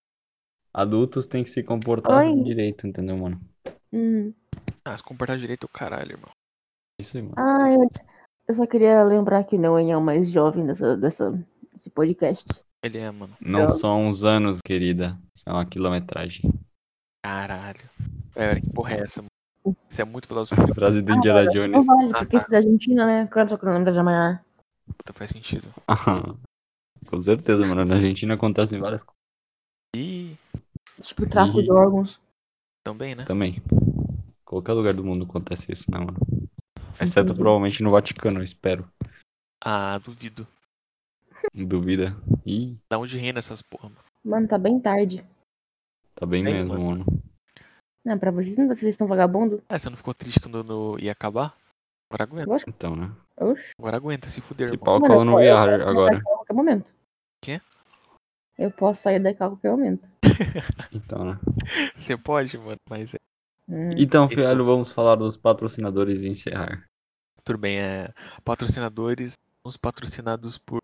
S4: Adultos têm que se comportar
S3: Ai.
S4: direito, entendeu, mano?
S3: Hum.
S2: Ah, se comportar direito é o caralho, irmão.
S4: É Isso aí, mano.
S3: Ah, eu... eu só queria lembrar que não é o mais jovem dessa, dessa, desse podcast.
S2: Ele é, mano.
S4: Não
S3: eu-
S4: são uns anos, querida. São a quilometragem.
S2: Caralho. Pera, que porra é essa, mano? Isso é muito filosofia.
S4: Frase do Indiana
S3: Ah, Não
S4: Jones.
S3: vale, porque se da Argentina, né? Claro só que o nome da Jamaica.
S2: Puta, faz sentido.
S4: Com certeza, mano. Na Argentina acontecem várias coisas
S2: E
S3: Tipo, tráfico
S4: Ih.
S3: de órgãos.
S2: também, né?
S4: também. Qualquer lugar do mundo acontece isso, né, mano? Exceto
S3: Entendi.
S4: provavelmente no Vaticano, eu espero.
S2: Ah, duvido. um
S4: Duvida. Ih,
S2: Da onde renda essas porra, mano?
S3: Mano, tá bem tarde.
S4: tá bem
S2: Tem,
S4: mesmo, mano.
S3: Não, pra vocês, não vocês estão vagabundo?
S2: Ah, você não ficou triste quando no... ia acabar? Agora aguenta.
S4: Então, né?
S3: Oxe,
S2: Agora aguenta, se fuder,
S4: Se
S2: irmão.
S4: pau
S3: Mano,
S4: cola no
S3: eu- eu-
S4: VR agora.
S3: a qualquer momento.
S2: Quê?
S3: Eu posso sair daqui a qualquer momento.
S4: Então, né?
S2: Você pode, mano, mas é.
S3: Hum.
S4: Então,
S2: Isso.
S4: filho, vamos falar dos patrocinadores e encerrar.
S2: Tudo bem, é. Patrocinadores, uns patrocinados por.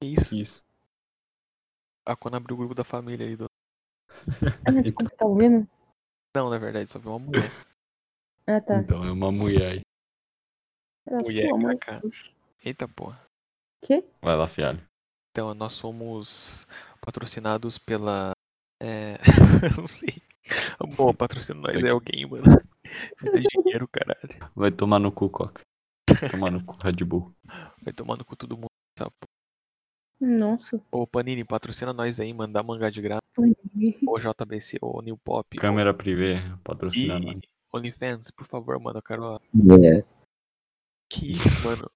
S2: Que isso?
S4: Isso.
S2: A Conan abriu o grupo da família aí do.
S3: Ah, não, desculpa, tá ouvindo?
S2: Não, na verdade, só viu uma mulher.
S3: Ah, tá.
S4: Então, é uma mulher aí.
S3: Era
S2: Mulher
S3: sua mãe.
S2: pra cá.
S3: Oxe.
S2: Eita porra.
S3: Quê?
S4: Vai lá, fialho.
S2: Então, nós somos patrocinados pela. É... não sei. Bom, patrocina nós é alguém, mano. Me dá dinheiro, caralho.
S4: Vai tomar no cu, Coca. Vai tomar no cu, Red Bull.
S2: Vai tomando com todo mundo. Essa... porra.
S3: Nossa.
S2: Ô, Panini, patrocina nós aí, mano. Dá mangá de graça. Ô, JBC, ô, New Pop.
S4: Câmera privê,
S2: ô, e
S4: patrocina nós.
S2: OnlyFans, por favor, mano. Eu quero. a- Que isso, mano.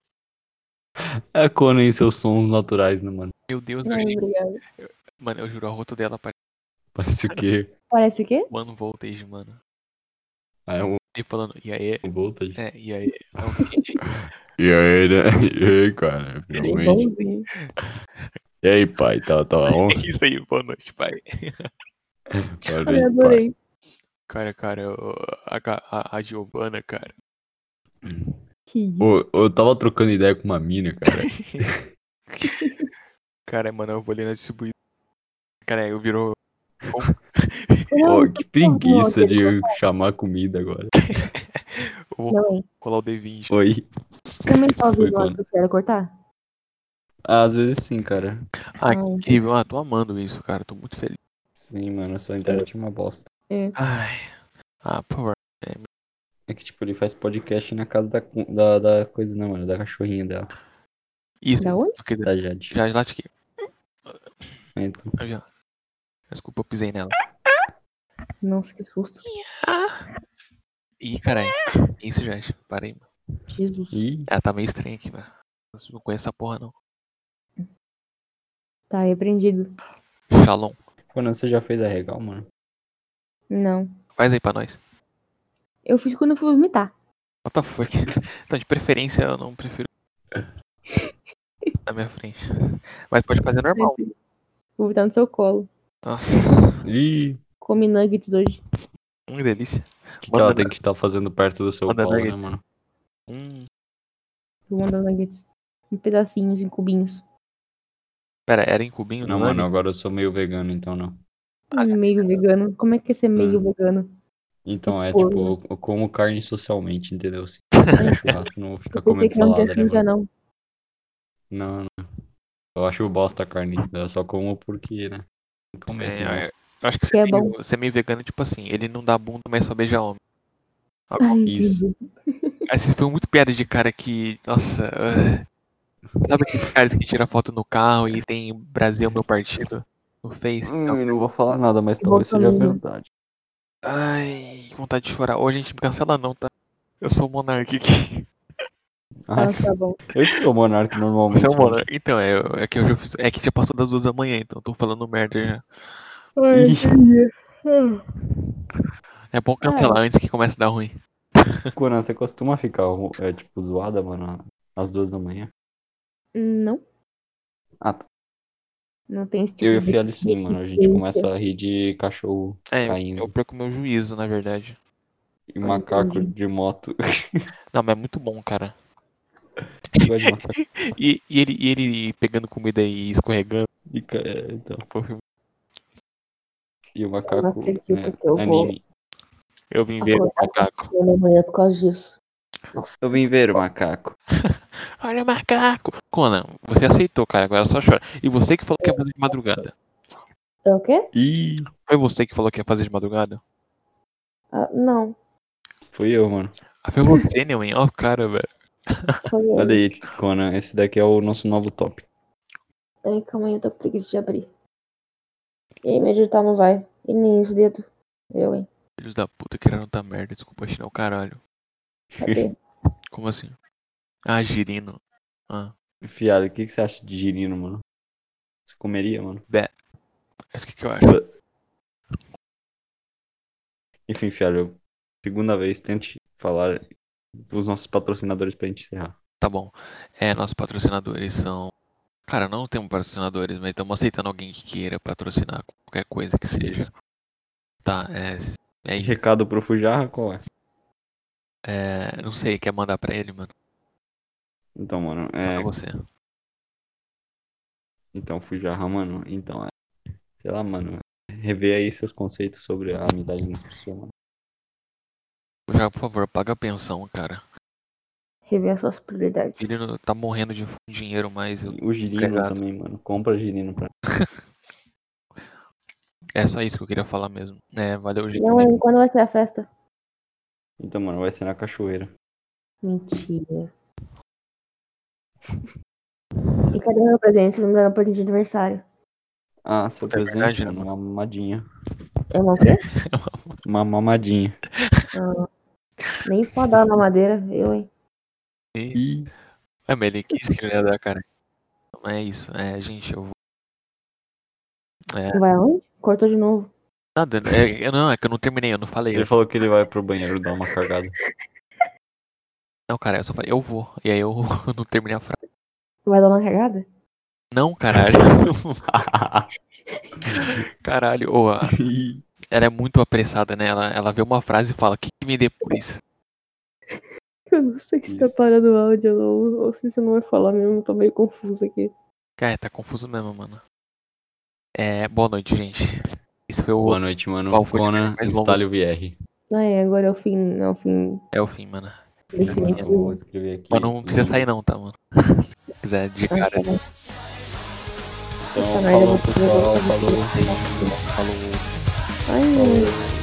S4: É Conan e seus sons naturais, né, mano?
S2: Meu Deus, eu
S3: Não,
S2: achei.
S3: obrigado.
S2: Mano, eu juro, a roto dela parece
S4: Parece o quê?
S3: Parece o quê?
S2: One Voltage, mano.
S4: É um
S2: Ele falando, e aí?
S4: voltage.
S2: É, e aí? É o quente.
S4: E aí, né? E aí, cara? Finalmente.
S3: Igualzinho.
S4: E aí, pai? Tá, tá on?
S2: É isso aí, boa noite, pai.
S4: Tá
S3: Olha,
S4: Parabéns, pai.
S3: adorei.
S2: Cara, cara, eu- a, Ga- a, a Giovana, cara.
S3: Que isso?
S4: Pô, eu tava trocando ideia com uma mina, cara.
S2: Cara, mano, eu vou ali na distribuidora. Cara, eu virou.
S4: Pô,
S3: Não,
S4: que preguiça de chamar comida agora.
S2: Eu vou
S3: não, hein?
S2: colar o D20.
S4: Oi.
S3: Você também tá
S4: Foi,
S3: ouvindo
S4: mano.
S3: a Priscila cortar?
S4: Ah, Às vezes sim, cara.
S2: Ah,
S3: Ai,
S2: que incrível. Ah, tô amando isso, cara. Tô muito feliz.
S4: Sim, mano, sua internet é uma bosta.
S2: Ai. Ah, por favor.
S4: É que, tipo, ele faz podcast na casa da, cu- da, da coisa, não, mano, da cachorrinha dela,
S2: Isso.
S3: Da onde?
S2: porque
S4: da Jade.
S2: já lasquei.
S4: Então,
S2: Eu já- Desculpa, eu pisei nela.
S3: Nossa, que susto.
S2: Ih, caralho. Isso, gente. Parei, mano.
S3: Jesus.
S4: e
S2: Ela tá meio estranha aqui, velho. Vocês não conhecem essa porra, não.
S3: Tá repreendido.
S2: Shalom.
S4: quando você já fez a regal, mano?
S3: Não.
S2: Faz aí pra nós.
S3: Eu fiz quando eu fui vomitar.
S2: What the fuck? Então, de preferência, eu não prefiro. Na minha frente. Mas pode fazer
S4: Tá
S2: normal.
S3: Vou vomitar no seu colo.
S2: Nossa.
S4: Ih,
S3: Comi nuggets hoje.
S2: Hum, que delícia.
S4: que
S2: Manda
S4: ela
S2: nu-
S4: tem que estar fazendo perto do seu
S2: manda
S4: pau, né,
S2: nuggets.
S4: mano?
S2: Hum.
S3: Vou mandar nuggets. Em pedacinhos, em cubinhos.
S2: Pera, era em cubinho?
S4: Não,
S2: era?
S4: mano, agora eu sou meio vegano, então não.
S2: Ah,
S4: tá.
S2: sim.
S3: meio vegano. Como é que é ser meio
S4: Hum.
S3: vegano?
S4: Então é,
S3: Tipo,
S4: tipo, eu, eu como carne socialmente, entendeu? Se tiver churrasco, não vou ficar
S3: Eu pensei
S4: comendo
S3: que não tinha
S4: salada, né,
S3: cinza,
S4: mano?
S3: não.
S4: Não, não. Eu acho bosta a carne, entendeu? Eu só como porque, né? Não
S2: Sim,
S4: começo,
S2: eu-
S4: mas-
S2: eu acho que
S3: Que é
S2: ser meio, ser meio vegano é tipo assim, ele não dá bunda, mas só beija homem.
S3: Ai,
S4: Isso.
S3: entendi.
S2: Essa foi muito piada de cara que. Nossa. ah. Sabe aqueles caras que tira foto no carro e tem Brasil meu partido no Face? Então,
S4: Hum, não vou falar nada, mas
S3: Eu
S4: talvez
S3: vou
S4: seja
S3: também, né?
S4: verdade.
S2: Ai, que vontade de chorar. Ô, gente, me cancela não, tá? Eu sou o Monark aqui.
S3: Ah,
S4: Ah,
S3: tá bom.
S4: eu que sou monarca normalmente.
S3: um
S2: Você é o
S4: né?
S2: Monark. Então, é, é que eu já fiz. É que já passou das duas da manhã, então eu tô falando merda já.
S3: Ai,
S4: Ih.
S3: entendi. Ah,
S2: É bom cancelar antes que comece a dar ruim.
S4: Conan, você costuma ficar, é, tipo, zoada, mano, às duas da manhã?
S3: Não.
S4: Ah, tá.
S3: Não tem esse tipo
S4: Eu e o
S3: de
S4: Fiali sim, mano. A gente
S3: deficiência.
S4: começa a rir de cachorro
S2: É, eu,
S4: Ainda.
S2: eu perco meu juízo, na verdade.
S4: e macaco
S3: entendi.
S4: de moto.
S2: Não, mas é muito bom, cara.
S4: Gosto de macaco.
S2: E, e ele, e ele pegando comida e escorregando.
S4: E, ca- é, então.
S2: pô, eu-
S4: E o macaco
S3: acredito
S4: é,
S3: que eu vou-
S4: anime.
S2: Eu vim ver o macaco.
S3: Eu não manhã é por causa disso.
S4: Eu vim ver o macaco.
S2: Olha o macaco! Conan, você aceitou, cara, agora é só chora. E você que falou que ia fazer de madrugada.
S3: É o quê?
S4: Ih,
S2: Foi você que falou que ia fazer de madrugada?
S3: Ah, não.
S4: fui eu, mano.
S2: Ah, foi você, né, hein? Ó, o cara, velho.
S3: Foi
S4: Olha
S3: ele.
S4: aí, Conan. Esse daqui é o nosso novo top.
S3: Ai, calma aí, eu tô com preguiça de abrir. E meu digital não vai. E nem os dedos. Eu, hein?
S2: Filhos da puta querendo tá merda, desculpa, China, o caralho.
S3: Cadê?
S2: Como assim? Ah, girino. Ah,
S4: Fiali, o que, que você acha de girino, mano? Você comeria, mano?
S2: mas o É que, que eu acho?
S4: Enfim, Fiali, eu... segunda vez, tente falar dos nossos patrocinadores pra gente encerrar.
S2: Tá bom. É, nossos patrocinadores são. Cara, não temos patrocinadores, mas estamos aceitando alguém que queira patrocinar qualquer coisa que seja. Tá, é. é
S4: E
S2: isso.
S4: recado pro Fujarra, qual é?
S2: É, não sei, quer mandar pra ele, mano?
S4: Então, mano,
S2: Pra
S4: é.
S2: você.
S4: Então, Fujarra, mano, então é. Sei lá, mano. Rever aí seus conceitos sobre a amizade no profissional. mano.
S2: Já, por favor, paga a pensão, cara.
S3: Rever as suas prioridades.
S2: Ele não- tá morrendo de fome de dinheiro, mas eu-
S4: E O girino
S2: Obrigado.
S4: também, mano. Compra girino pra.
S2: é só isso que eu queria falar mesmo. É, valeu, gente.
S3: Não, hein? Quando vai ser a festa?
S4: Então, mano, vai ser na cachoeira.
S3: Mentira. E cadê meu presente? Vocês me deram presente de aniversário.
S4: Ah, seu
S2: Puta, é
S4: presente,
S2: verdade, né,
S4: mano, uma mamadinha.
S3: É uma o quê?
S4: Uma mamadinha.
S3: Nem pode dar na madeira. Eu, hein?
S2: E-
S4: Ih,
S2: É, mas ele quis que eu ia dar, cara. Mas é isso. É, gente, eu vou. É,
S3: Vai aonde? Cortou de novo.
S2: nada. É, eu não, é que eu não terminei, eu não falei.
S4: ele
S2: Eu,
S4: falou que ele vai pro banheiro dar uma cagada.
S2: não, cara, eu só falei, eu vou. E aí eu não terminei a frase.
S3: Vai dar uma cagada?
S2: Não, caralho. Caralho, ô, a-
S4: Ih,
S2: ela é muito apressada, né? Ela, ela vê uma frase e fala, o que, que vem depois?
S3: Eu não sei se tá
S4: Isso.
S3: parando o áudio ou não, ou se você não vai falar mesmo, eu tô meio confuso aqui.
S2: Cara, tá confuso mesmo, mano. É, boa noite, gente. Isso foi o.
S4: Boa noite, mano.
S2: Qual foi o
S4: Conan,
S2: mais longo?
S4: instale o VR.
S3: Ah, é, agora é o fim, é o fim
S2: É o fim, mano.
S4: Mano, eu
S3: definitivo.
S4: vou escrever aqui.
S2: Mas não precisa sair, não, tá, mano? Se quiser, de
S3: Ah,
S2: cara.
S3: tá bom.
S4: Então,
S3: Essa merda, eu vou-
S4: falou,
S3: eu vou-
S4: pessoal.
S3: eu vou-
S4: Falou.
S2: Falou.
S3: Ai, meu Deus.
S4: falou.